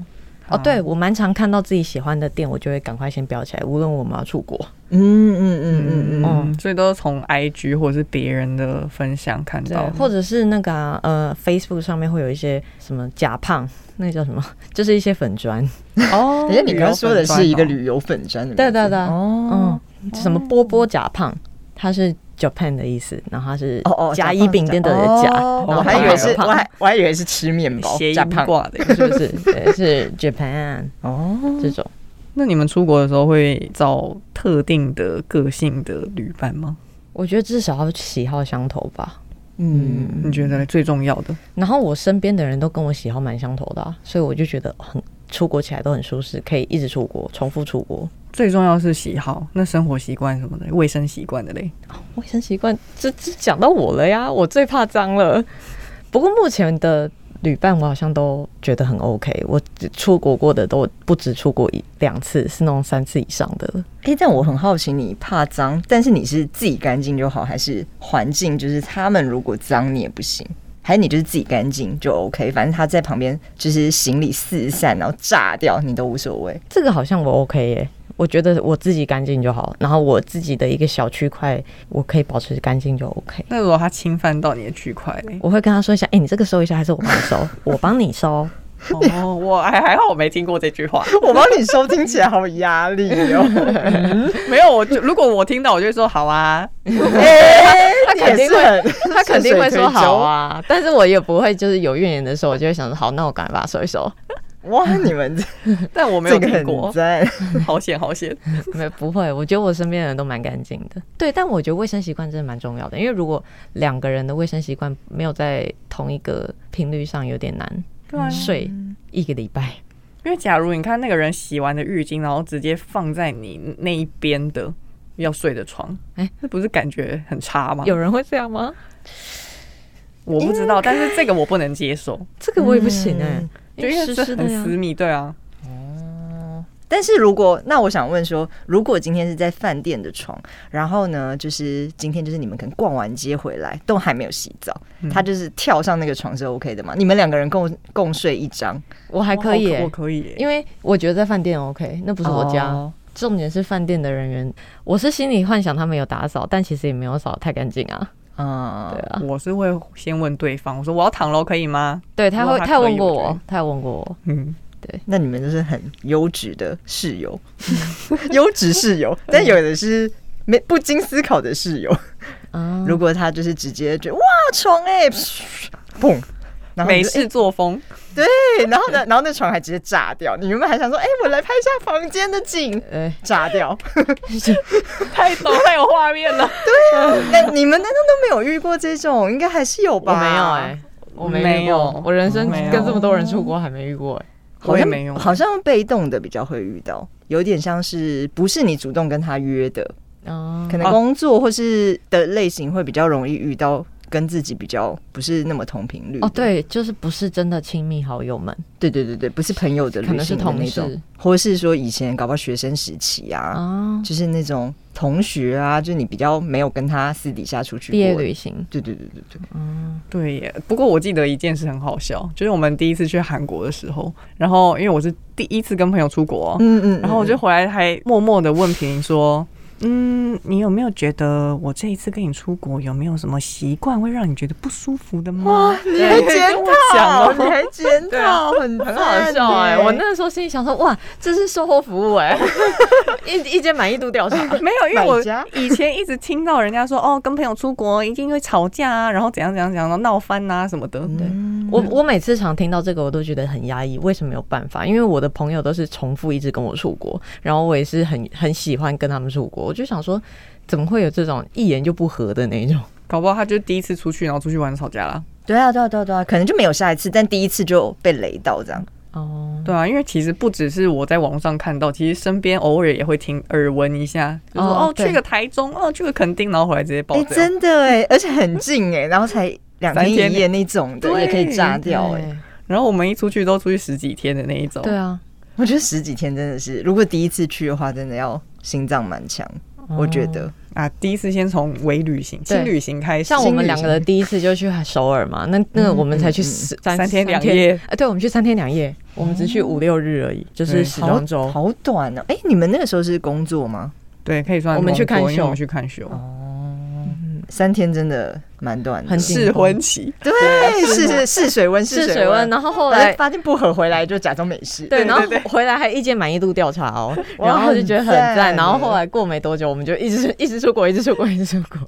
Speaker 2: 哦，对，我蛮常看到自己喜欢的店，我就会赶快先标起来，无论我们要出国。
Speaker 1: 嗯嗯嗯嗯嗯，
Speaker 3: 嗯，所以都是从 IG 或者是别人的分享看
Speaker 2: 对
Speaker 3: 到，，
Speaker 2: 或者是那个啊、呃，Facebook 上面会有一些什么假胖，那个叫什么， 就是一些粉砖。
Speaker 3: 哦
Speaker 1: 可是你刚刚说的是一个
Speaker 3: 旅
Speaker 1: 旅游粉砖的名字，
Speaker 2: 对对对，
Speaker 1: 哦
Speaker 2: 嗯，什么波波假胖，它是 Japan 的意思，然后它是
Speaker 1: 哦哦，
Speaker 2: 甲乙丙丁的甲，
Speaker 1: 哦
Speaker 2: 然
Speaker 1: 我
Speaker 2: 后
Speaker 1: 还以为是
Speaker 2: 胖
Speaker 1: 我还我还以为是吃面包
Speaker 3: 谐
Speaker 1: 加
Speaker 3: 音
Speaker 1: 胖
Speaker 3: 挂的。
Speaker 2: 是不是？对，是 Japan
Speaker 1: 哦，
Speaker 2: 这种。
Speaker 3: 那你们出国的时候会找特定的个性的旅伴吗？
Speaker 2: 我觉得至少要喜好相投吧。
Speaker 1: 嗯，
Speaker 3: 你觉得最重要的？
Speaker 2: 然后我身边的人都跟我喜好蛮相投的、啊，所以我就觉得很出国起来都很舒适，可以一直出国，重复出国。
Speaker 3: 最重要是喜好，那生活习惯什么的，卫生习惯的嘞。
Speaker 2: 卫生习惯，这这讲到我了呀，我最怕脏了。不过目前的旅伴，我好像都觉得很 OK。我只出国过的都不止出国一两次，是那种三次以上的。
Speaker 1: 哎，但我很好奇，你怕脏，但是你是自己干净就好，还是环境就是他们如果脏你也不行？还是你就是自己干净就 OK，反正他在旁边就是行李四散，然后炸掉你都无所谓。
Speaker 2: 这个好像我 OK 耶、我觉得我自己干净就好，然后我自己的一个小区块，我可以保持干净就 OK。
Speaker 3: 那如果他侵犯到你的区块 嘞？
Speaker 2: 我会跟他说一下，哎、你这个收一下，还是我帮你收？我帮你收。
Speaker 3: 哦，我还还好，我没听过这句话。
Speaker 1: 我帮你收，听起来好压力 哦。
Speaker 3: 没有，我就如果我听到，我就会说好啊。
Speaker 1: 哎，他
Speaker 2: 肯定会
Speaker 1: 他
Speaker 2: 他肯定会说好。啊，但是我也不会就是有怨言的时候，我就会想说好，那我赶快把它收一收。
Speaker 1: 哇，你们
Speaker 3: 但我没
Speaker 1: 这
Speaker 3: 有
Speaker 1: 个
Speaker 3: 听
Speaker 1: 很
Speaker 3: 过，
Speaker 1: 赞。
Speaker 3: 好险好险。
Speaker 2: 没不会，我觉得我身边的人都蛮干净的。对，但我觉得卫生习惯真的蛮重要的，因为如果两个人的卫生习惯没有在同一个频率上，有点难
Speaker 3: 对啊
Speaker 2: 睡一个礼拜。
Speaker 3: 因为假如你看那个人洗完的浴巾，然后直接放在你那一边的要睡的床，哎
Speaker 2: 哎，
Speaker 3: 那不是感觉很差吗？
Speaker 2: 有人会这样吗？
Speaker 3: 我不知道，但是这个我不能接受，
Speaker 2: 这个我也不行哎、
Speaker 3: 就因为
Speaker 2: 湿
Speaker 3: 这
Speaker 2: 湿的
Speaker 3: 很
Speaker 2: 呀
Speaker 3: 私密，对啊。
Speaker 1: 但是如果那我想问说，如果今天是在饭店的床，然后呢，就是今天就是你们可能逛完街回来都还没有洗澡，他就是跳上那个床是 OK 的嘛？你们两个人共共睡一张，
Speaker 2: 我还可以、
Speaker 3: 我我
Speaker 2: 欸。
Speaker 3: 可以耶，
Speaker 2: 因为我觉得在饭店 OK，那不是我家。
Speaker 1: 哦
Speaker 2: 重点是饭店的人员，我是心里幻想他们有打扫，但其实也没有扫得太干净啊。
Speaker 1: 嗯，
Speaker 2: 对啊，
Speaker 3: 我是会先问对方，我说我要躺楼可以吗？
Speaker 2: 对，他会，
Speaker 3: 如果他
Speaker 2: 他有
Speaker 3: 可以
Speaker 2: 问过
Speaker 3: 我觉
Speaker 2: 我
Speaker 3: 得，
Speaker 2: 他有问过我，
Speaker 3: 嗯，
Speaker 1: 那你们就是很优质的室友，优质室友，但有的是没不经思考的室友。
Speaker 2: 啊，
Speaker 1: 如果他就是直接觉得哇床哎、欸，砰，然后
Speaker 3: 美
Speaker 1: 你就
Speaker 3: 式作风，
Speaker 1: 对，然后呢，然后那床还直接炸掉。你原本还想说，哎、我来拍一下房间的景，
Speaker 2: 哎，
Speaker 1: 炸掉。
Speaker 3: 太懂，太有画面 了。
Speaker 1: 那你们难道都没有遇过这种？应该还是有
Speaker 2: 我
Speaker 1: 吧？
Speaker 2: 没有哎，我没遇过
Speaker 3: 没有
Speaker 2: 我人生
Speaker 3: 没有
Speaker 2: 跟这么多人出国还没遇过哎。
Speaker 1: 好
Speaker 3: 我也
Speaker 1: 像
Speaker 3: 没有，
Speaker 1: 好像被动的比较会遇到，有点像是不是你主动跟他约的，
Speaker 2: 哦
Speaker 1: 可能工作或是的类型会比较容易遇到。跟自己比较不是那么同频率的
Speaker 2: 哦，对，就是不是真的亲密好友们
Speaker 1: 对对对对，不是朋友的
Speaker 2: 可能
Speaker 1: 旅行
Speaker 2: 是
Speaker 1: 的
Speaker 2: 同
Speaker 1: 那种
Speaker 2: 事，
Speaker 1: 或是说以前搞不好学生时期啊，
Speaker 2: 啊，
Speaker 1: 就是那种同学啊，就你比较没有跟他私底下出去
Speaker 2: 毕业
Speaker 1: 过的。
Speaker 2: 旅行，
Speaker 1: 对对对对对，
Speaker 2: 嗯，
Speaker 3: 对耶。不过我记得一件事很好笑，就是我们第一次去韩国的时候，然后因为我是第一次跟朋友出国哦、
Speaker 1: 嗯嗯
Speaker 3: 然后我就回来还默默的问平说：“嗯，你有没有觉得我这一次跟你出国有没有什么习惯会让你觉得不舒服的吗？”
Speaker 1: 你还检
Speaker 3: 跟我讲
Speaker 1: 讨，
Speaker 3: 哦
Speaker 1: 你还检
Speaker 3: 对啊
Speaker 1: 讨，很
Speaker 2: 很好笑哎、
Speaker 1: 哎，
Speaker 2: 我那时候心里想说，哇，这是售后服务 哎、一一间满意度调查，
Speaker 3: 没有，因为
Speaker 1: 买
Speaker 3: 我
Speaker 1: 家
Speaker 3: 以前一直听到人家说哦，跟朋友出国一定会吵架啊，然后怎样怎样怎样，然后闹翻啊什么的。
Speaker 2: 嗯
Speaker 3: 对，
Speaker 2: 我我每次常听到这个，我都觉得很压抑。为什么有办法？因为我的朋友都是重复一直跟我出国，然后我也是很很喜欢跟他们出国。我就想说，怎么会有这种一言就不合的那种？
Speaker 3: 搞不好他就第一次出去，然后出去玩吵架啦。
Speaker 1: 对啊对啊对啊对啊，可能就没有下一次，但第一次就被雷到这样。
Speaker 2: 哦，
Speaker 3: 对啊，因为其实不只是我在网上看到，其实身边偶尔也会听耳闻一下，就说
Speaker 2: 哦
Speaker 3: 哦
Speaker 2: 对
Speaker 3: 去个台中，哦去个垦丁，然后回来直接爆
Speaker 1: 哎，
Speaker 3: 掉。
Speaker 1: 真的哎，而且很近哎，然后才两
Speaker 3: 三
Speaker 1: 天
Speaker 3: 天
Speaker 1: 一夜那种的
Speaker 3: 对
Speaker 1: 也可以炸掉哎。
Speaker 2: 哎，
Speaker 3: 然后我们一出去都出去十几天的那一种。
Speaker 2: 对啊，
Speaker 1: 我觉得十几天真的是，如果第一次去的话，真的要心脏蛮强，我觉得。
Speaker 3: 啊，第一次先从微旅行、
Speaker 2: 对
Speaker 3: 轻旅行开始，
Speaker 2: 像我们两个的第一次就去首尔嘛，那那我们才去
Speaker 1: 嗯嗯
Speaker 2: 十
Speaker 3: 三天两夜，
Speaker 2: 哎，对，我们去三天两夜，我们只去五六日而已，就是
Speaker 3: 对
Speaker 2: 时
Speaker 1: 好
Speaker 2: 装周。
Speaker 1: 好短哦！哎、你们那个时候是工作吗？
Speaker 3: 对可以算
Speaker 2: 我们去
Speaker 3: 工作
Speaker 2: 看
Speaker 3: 因为我们
Speaker 2: 秀哦
Speaker 3: 去看秀，
Speaker 1: 三天真的蛮短的，
Speaker 2: 很紧
Speaker 3: 试婚期。
Speaker 1: 对，是是试水温，
Speaker 2: 是水
Speaker 1: 水
Speaker 2: 温，。然后后
Speaker 1: 反正
Speaker 2: 来
Speaker 1: 发现不合回来就假装没事。
Speaker 2: 对，然后回来还意见满意度调查哦，
Speaker 1: 哇
Speaker 2: 然后就觉得很
Speaker 1: 很
Speaker 2: 赞。
Speaker 1: 赞
Speaker 2: 然后后来过没多久，我们就一直一直出国，一直出国，一直出国，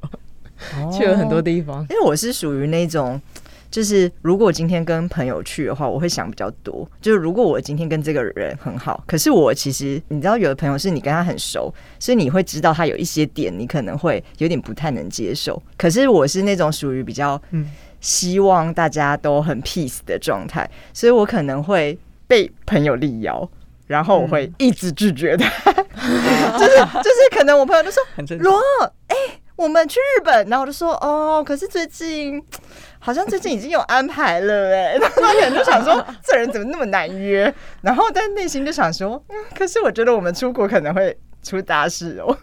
Speaker 1: 哦
Speaker 2: 去了很多地方。
Speaker 1: 因为我是属于那种，就是如果今天跟朋友去的话，我会想比较多。就是如果我今天跟这个人很好，可是我其实你知道，有的朋友是你跟他很熟，所以你会知道他有一些点，你可能会有点不太能接受。可是我是那种属于比较
Speaker 3: 嗯
Speaker 1: 希望大家都很 peace 的状态，所以我可能会被朋友力邀。然后我会一直拒绝他， 就是就是，可能我朋友就说
Speaker 3: 很正常。
Speaker 1: 罗，哎、我们去日本，然后我就说，哦，可是最近好像最近已经有安排了、哎， 然后他可能就想说，这人怎么那么难约？然后但内心就想说，嗯，可是我觉得我们出国可能会出大事哦。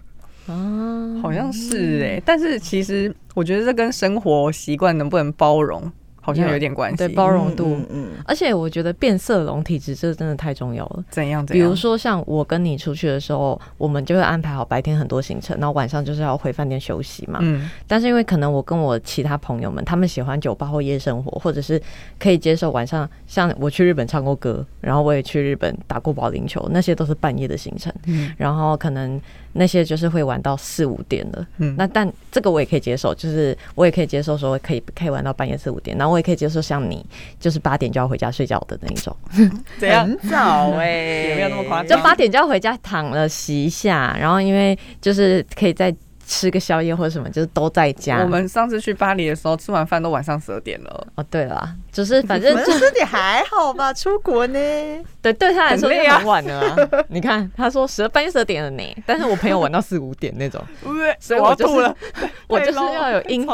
Speaker 2: 啊，
Speaker 3: 好像是哎、但是其实我觉得这跟生活习惯能不能包容好像有点关系。
Speaker 2: 对包容度
Speaker 1: 嗯，嗯嗯
Speaker 2: 而且我觉得变色龙体质这真的太重要了。
Speaker 3: 怎样怎
Speaker 2: 比
Speaker 3: 样？
Speaker 2: 如说像我跟你出去的时候，我们就会安排好白天很多行程，然后晚上就是要回饭店休息嘛。
Speaker 3: 嗯，
Speaker 2: 但是因为可能我跟我其他朋友们，他们喜欢酒吧或夜生活，或者是可以接受晚上，像我去日本唱过歌，然后我也去日本打过保龄球，那些都是半夜的行程。
Speaker 3: 嗯
Speaker 2: 然后可能那些就是会玩到四五点的。
Speaker 3: 嗯
Speaker 2: 那但这个我也可以接受，就是我也可以接受说可以可以玩到半夜四五点，然后我也可以接受像你就是八点就要回家睡觉的那一种。
Speaker 3: 怎样？
Speaker 2: 嗯
Speaker 1: 很早哎、
Speaker 3: 也没有那么夸
Speaker 2: 就
Speaker 3: 张
Speaker 2: 八点就要回家躺了洗一下，然后因为就是可以再吃个宵夜或者什么，就是都在家。
Speaker 3: 我们上次去巴黎的时候，吃完饭都晚上十二点了，
Speaker 2: 哦，对了，就是反 正
Speaker 1: 反
Speaker 2: 就
Speaker 1: 正这点还好吧，出国呢，
Speaker 2: 对对他来说
Speaker 3: 很
Speaker 2: 就
Speaker 3: 累啊
Speaker 2: 很晚了、啊。 你看，他说十半夜十二点了呢，但是我朋友玩到四五点那种， 所以
Speaker 3: 我
Speaker 2: 我
Speaker 3: 要
Speaker 2: 就是
Speaker 3: 吐了，
Speaker 2: 我就是
Speaker 3: 太 low 了
Speaker 2: 要有因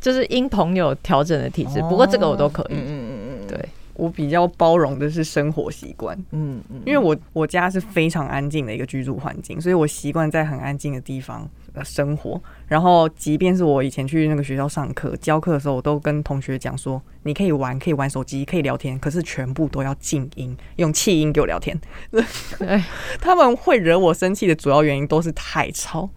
Speaker 2: 就是因朋友调整的体质。不过这个我都可以。
Speaker 1: 嗯嗯嗯，
Speaker 2: 对，
Speaker 3: 我比较包容的是生活习惯，
Speaker 1: 嗯嗯，
Speaker 3: 因为我我家是非常安静的一个居住环境，所以我习惯在很安静的地方呃生活。然后，即便是我以前去那个学校上课教课的时候，我都跟同学讲说，你可以玩，可以玩手机，可以聊天，可是全部都要静音，用气音给我聊天。
Speaker 2: 对，
Speaker 3: 他们会惹我生气的主要原因都是太吵，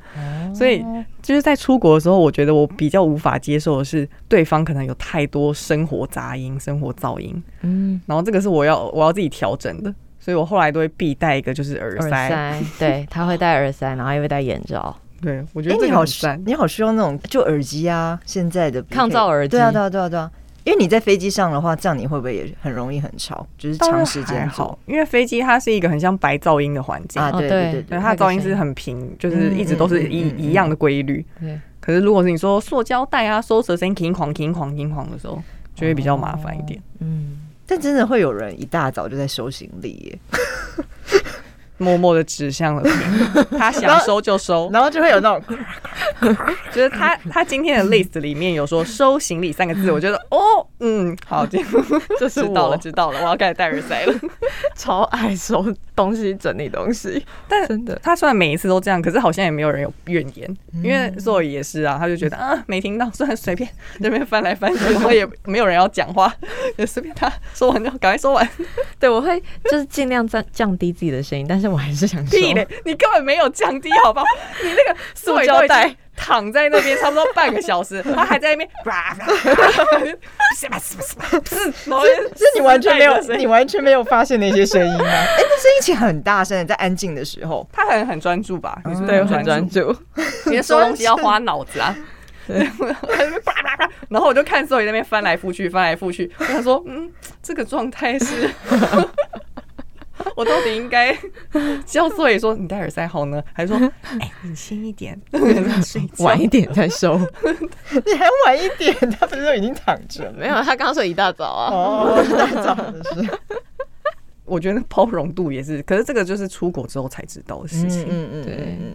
Speaker 3: 所以就是在出国的时候，我觉得我比较无法接受的是，对方可能有太多生活杂音、生活噪音，
Speaker 2: 嗯，
Speaker 3: 然后这个是我要我要自己调整的，所以我后来都会必带一个就是耳
Speaker 2: 耳塞， 对他会戴耳塞，然后也会戴眼罩。
Speaker 3: 对，我觉
Speaker 1: 哎、
Speaker 3: 得这
Speaker 1: 你
Speaker 3: 个
Speaker 1: 好
Speaker 3: 很
Speaker 1: 需
Speaker 3: 赞。
Speaker 1: 你好需要那种就耳机啊，现在的
Speaker 2: 抗噪耳机
Speaker 1: 对啊对啊对啊对啊，因为你在飞机上的话，这样你会不会也很容易很吵？就是
Speaker 3: 倒是
Speaker 1: 长时
Speaker 3: 还
Speaker 1: 间坐
Speaker 3: 好，因为飞机它是一个很像白噪音的环境，
Speaker 1: 啊，
Speaker 2: 哦对
Speaker 1: 对对
Speaker 3: 对，
Speaker 1: 对对，
Speaker 3: 它的噪音是很平，就是一直都是一、
Speaker 1: 嗯嗯嗯嗯
Speaker 3: 一样的规律。
Speaker 2: 对，
Speaker 3: 可是如果是你说塑胶袋啊、收舌声、哐哐哐哐哐的时候，就会比较麻烦一
Speaker 1: 哦
Speaker 3: 点。
Speaker 2: 嗯，
Speaker 1: 但真的会有人一大早就在收行李耶，
Speaker 3: 默默的指向了 别人他想收就收，
Speaker 1: 然后就会有那 种
Speaker 3: 就是他他今天的 list 里面有说“收行李”三个字，我觉得哦，嗯，好，这 这
Speaker 2: 是
Speaker 3: 知道
Speaker 2: 我
Speaker 3: 了，知道了，我要开始戴耳塞了。
Speaker 2: 超爱收东西、整理东西，
Speaker 3: 但
Speaker 2: 真的
Speaker 3: 他虽然每一次都这样，可是好像也没有人有怨言，因为所以也是啊，他就觉得啊没听到，虽然随便这边翻来翻去，然后也没有人要讲话，也随便他说完就赶快说完。
Speaker 2: 对我会就是尽量降降低自己的声音，但是我还是想收。
Speaker 3: 屁嘞，你根本没有降低，好不好？你那个
Speaker 2: 塑胶袋
Speaker 3: 都已经躺在那边差不多半个小时，他还在那边，
Speaker 1: 是
Speaker 3: 是
Speaker 1: 你完全没有，你完全没有发现那些声 音吗？哎、那声音其实很大声，在安静的时候。
Speaker 3: 他很很专注吧？你是不是
Speaker 2: 对，我
Speaker 3: 很
Speaker 2: 嗯很专
Speaker 3: 专注，
Speaker 2: 注。
Speaker 3: 你的收东西要花脑子啊。 然后我就看所以那边翻来覆去，翻来覆去，我想说，嗯，这个状态是， 我到底 应该叫所以说你戴耳塞好呢，还是说，哎，你轻一点， 睡觉
Speaker 2: 晚一点再收，
Speaker 1: 你还晚一点，他不是都已经躺着 了？
Speaker 2: 没有，他刚刚说一大早啊，
Speaker 1: 哦，太早的事。
Speaker 3: 我觉得包容度也是，可是这个就是出国之后才知道的事情。
Speaker 1: 嗯
Speaker 2: 对
Speaker 1: 嗯。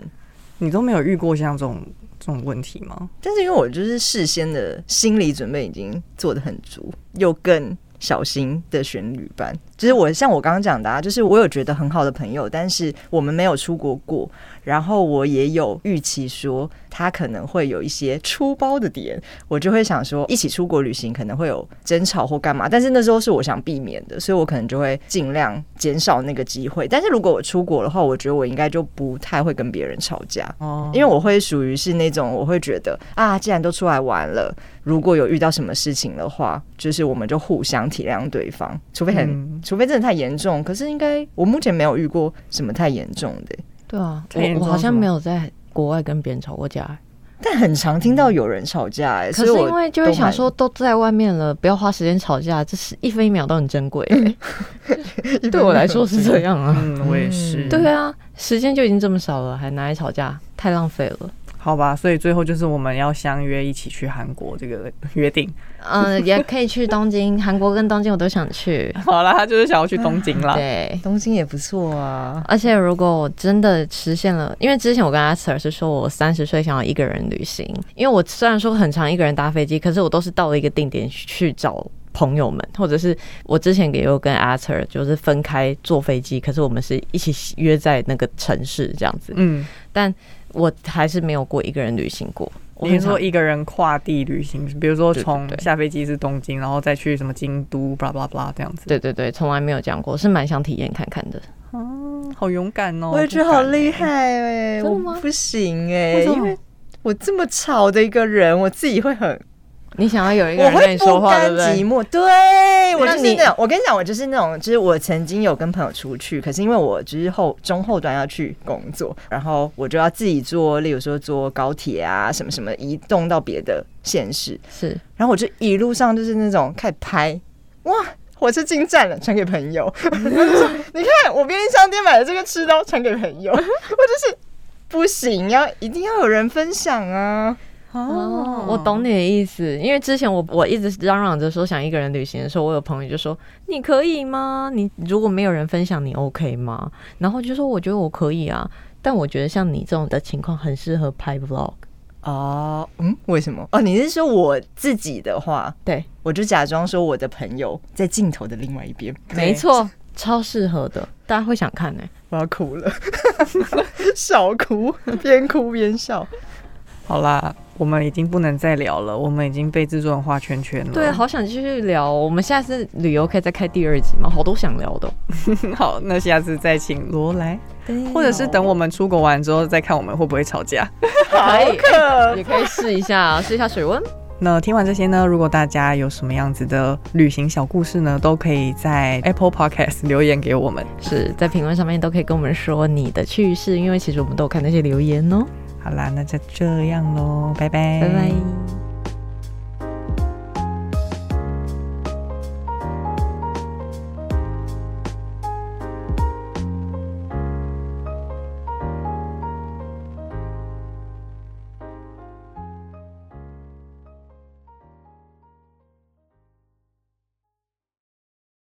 Speaker 3: 你都没有遇过像这种这种问题吗？
Speaker 1: 但是因为我就是事先的心理准备已经做的很足，又更小心的选旅伴。就是我像我刚刚讲的、啊，就是我有觉得很好的朋友，但是我们没有出国过，然后我也有预期说他可能会有一些出包的点，我就会想说一起出国旅行可能会有争吵或干嘛，但是那时候是我想避免的，所以我可能就会尽量减少那个机会。但是如果我出国的话，我觉得我应该就不太会跟别人吵架。
Speaker 3: 哦
Speaker 1: 因为我会属于是那种，我会觉得啊，既然都出来玩了，如果有遇到什么事情的话，就是我们就互相体谅对方，除非很，
Speaker 3: 嗯
Speaker 1: 除非真的太严重。可是应该我目前没有遇过什么太严重的、
Speaker 2: 对啊，
Speaker 3: 太严
Speaker 2: 我我
Speaker 3: 重
Speaker 2: 好像
Speaker 3: 是吗
Speaker 2: 没有在国外跟别人吵过架欸、
Speaker 1: 但很常听到有人吵架、欸，
Speaker 2: 可
Speaker 1: 所
Speaker 2: 是
Speaker 1: 以我
Speaker 2: 因为就会想说，都在外面了，不要花时间吵架，这是一分一秒都很珍贵欸、
Speaker 1: 都蛮，
Speaker 2: 对我来说是这样啊。
Speaker 3: 嗯，我也是。
Speaker 1: 嗯
Speaker 2: 对啊，时间就已经这么少了，还拿来吵架，太浪费了。
Speaker 3: 好吧，所以最后就是我们要相约一起去韩国这个约定。
Speaker 2: 嗯、也可以去东京，韩国跟东京我都想去。
Speaker 3: 好啦，他就是想要去东京啦。
Speaker 2: 对，
Speaker 1: 东京也不错啊。
Speaker 2: 而且如果我真的实现了，因为之前我跟阿 Sir 是说我三十岁想要一个人旅行，因为我虽然说很常一个人搭飞机，可是我都是到了一个定点去找。朋友们，或者是我之前也有跟阿 Sir 就是分开坐飞机，可是我们是一起约在那个城市这样子，
Speaker 3: 嗯，
Speaker 2: 但我还是没有过一个人旅行过。我
Speaker 3: 你
Speaker 2: 很
Speaker 3: 是
Speaker 2: 常
Speaker 3: 说一个人跨地旅行，比如说从
Speaker 2: 对对对
Speaker 3: 下飞机是东京，然后再去什么京都，blah blah blah 这样子。
Speaker 2: 对对对，从来没有讲过，是蛮想体验看看的。
Speaker 3: 嗯，好勇敢哦！
Speaker 1: 我也觉得
Speaker 3: 不
Speaker 1: 好
Speaker 3: 敢欸
Speaker 1: 厉。害哎、
Speaker 2: 真的
Speaker 1: 我
Speaker 2: 吗
Speaker 1: 不行哎、
Speaker 2: 为什么
Speaker 1: 因为我这么吵的一个人，我自己会很
Speaker 2: 你想要有一个
Speaker 1: 我
Speaker 2: 人跟
Speaker 1: 会
Speaker 2: 你说
Speaker 1: 不
Speaker 2: 话，
Speaker 1: 甘
Speaker 2: 对不对
Speaker 1: 寂？寞，对我
Speaker 2: 那
Speaker 1: 就是
Speaker 2: 你
Speaker 1: 那种。我跟你讲，我就是那种，就是我曾经有跟朋友出去，可是因为我之后中后端要去工作，然后我就要自己坐，例如说坐高铁啊，什么什么，移动到别的县市，
Speaker 2: 是
Speaker 1: 然后我就一路上就是那种开始拍，哇。火车进站了，传给朋友。 我就说你看，我便利商店买的这个吃的，传给朋友。我 就是不行，要一定要有人分享啊！
Speaker 3: 啊
Speaker 2: 哦，我懂你的意思，因为之前我我一直嚷嚷着说想一个人旅行的时候，我有朋友就说你可以吗？你如果没有人分享，你 OK 吗？然后就说我觉得我可以啊，但我觉得像你这种的情况很适合拍 vlog。
Speaker 1: 哦，嗯，为什么？哦，你是说我自己的话，
Speaker 2: 对，
Speaker 1: 我就假装说我的朋友在镜头的另外一边，
Speaker 2: 没错，超适合的，大家会想看呢、欸
Speaker 1: 我要哭了， 少哭，边哭边笑。
Speaker 3: 好啦，我们已经不能再聊了，我们已经被制作人画圈圈了。
Speaker 2: 对，
Speaker 1: 啊
Speaker 2: 好想继续聊，我们下次旅游可以再开第二集吗？好多想聊的哦。
Speaker 3: 好，那下次再请罗来，或者是等我们出国玩之后再看我们会不会吵架。
Speaker 1: 好可
Speaker 2: 也可以试一下，试一下水温。
Speaker 3: 那听完这些呢，如果大家有什么样子的旅行小故事呢，都可以在 Apple Podcast 留言给我们。
Speaker 2: 是在评论上面都可以跟我们说你的趣事，因为其实我们都有看那些留言哦。
Speaker 3: 好啦，那就这样喽，拜拜，
Speaker 2: 拜拜。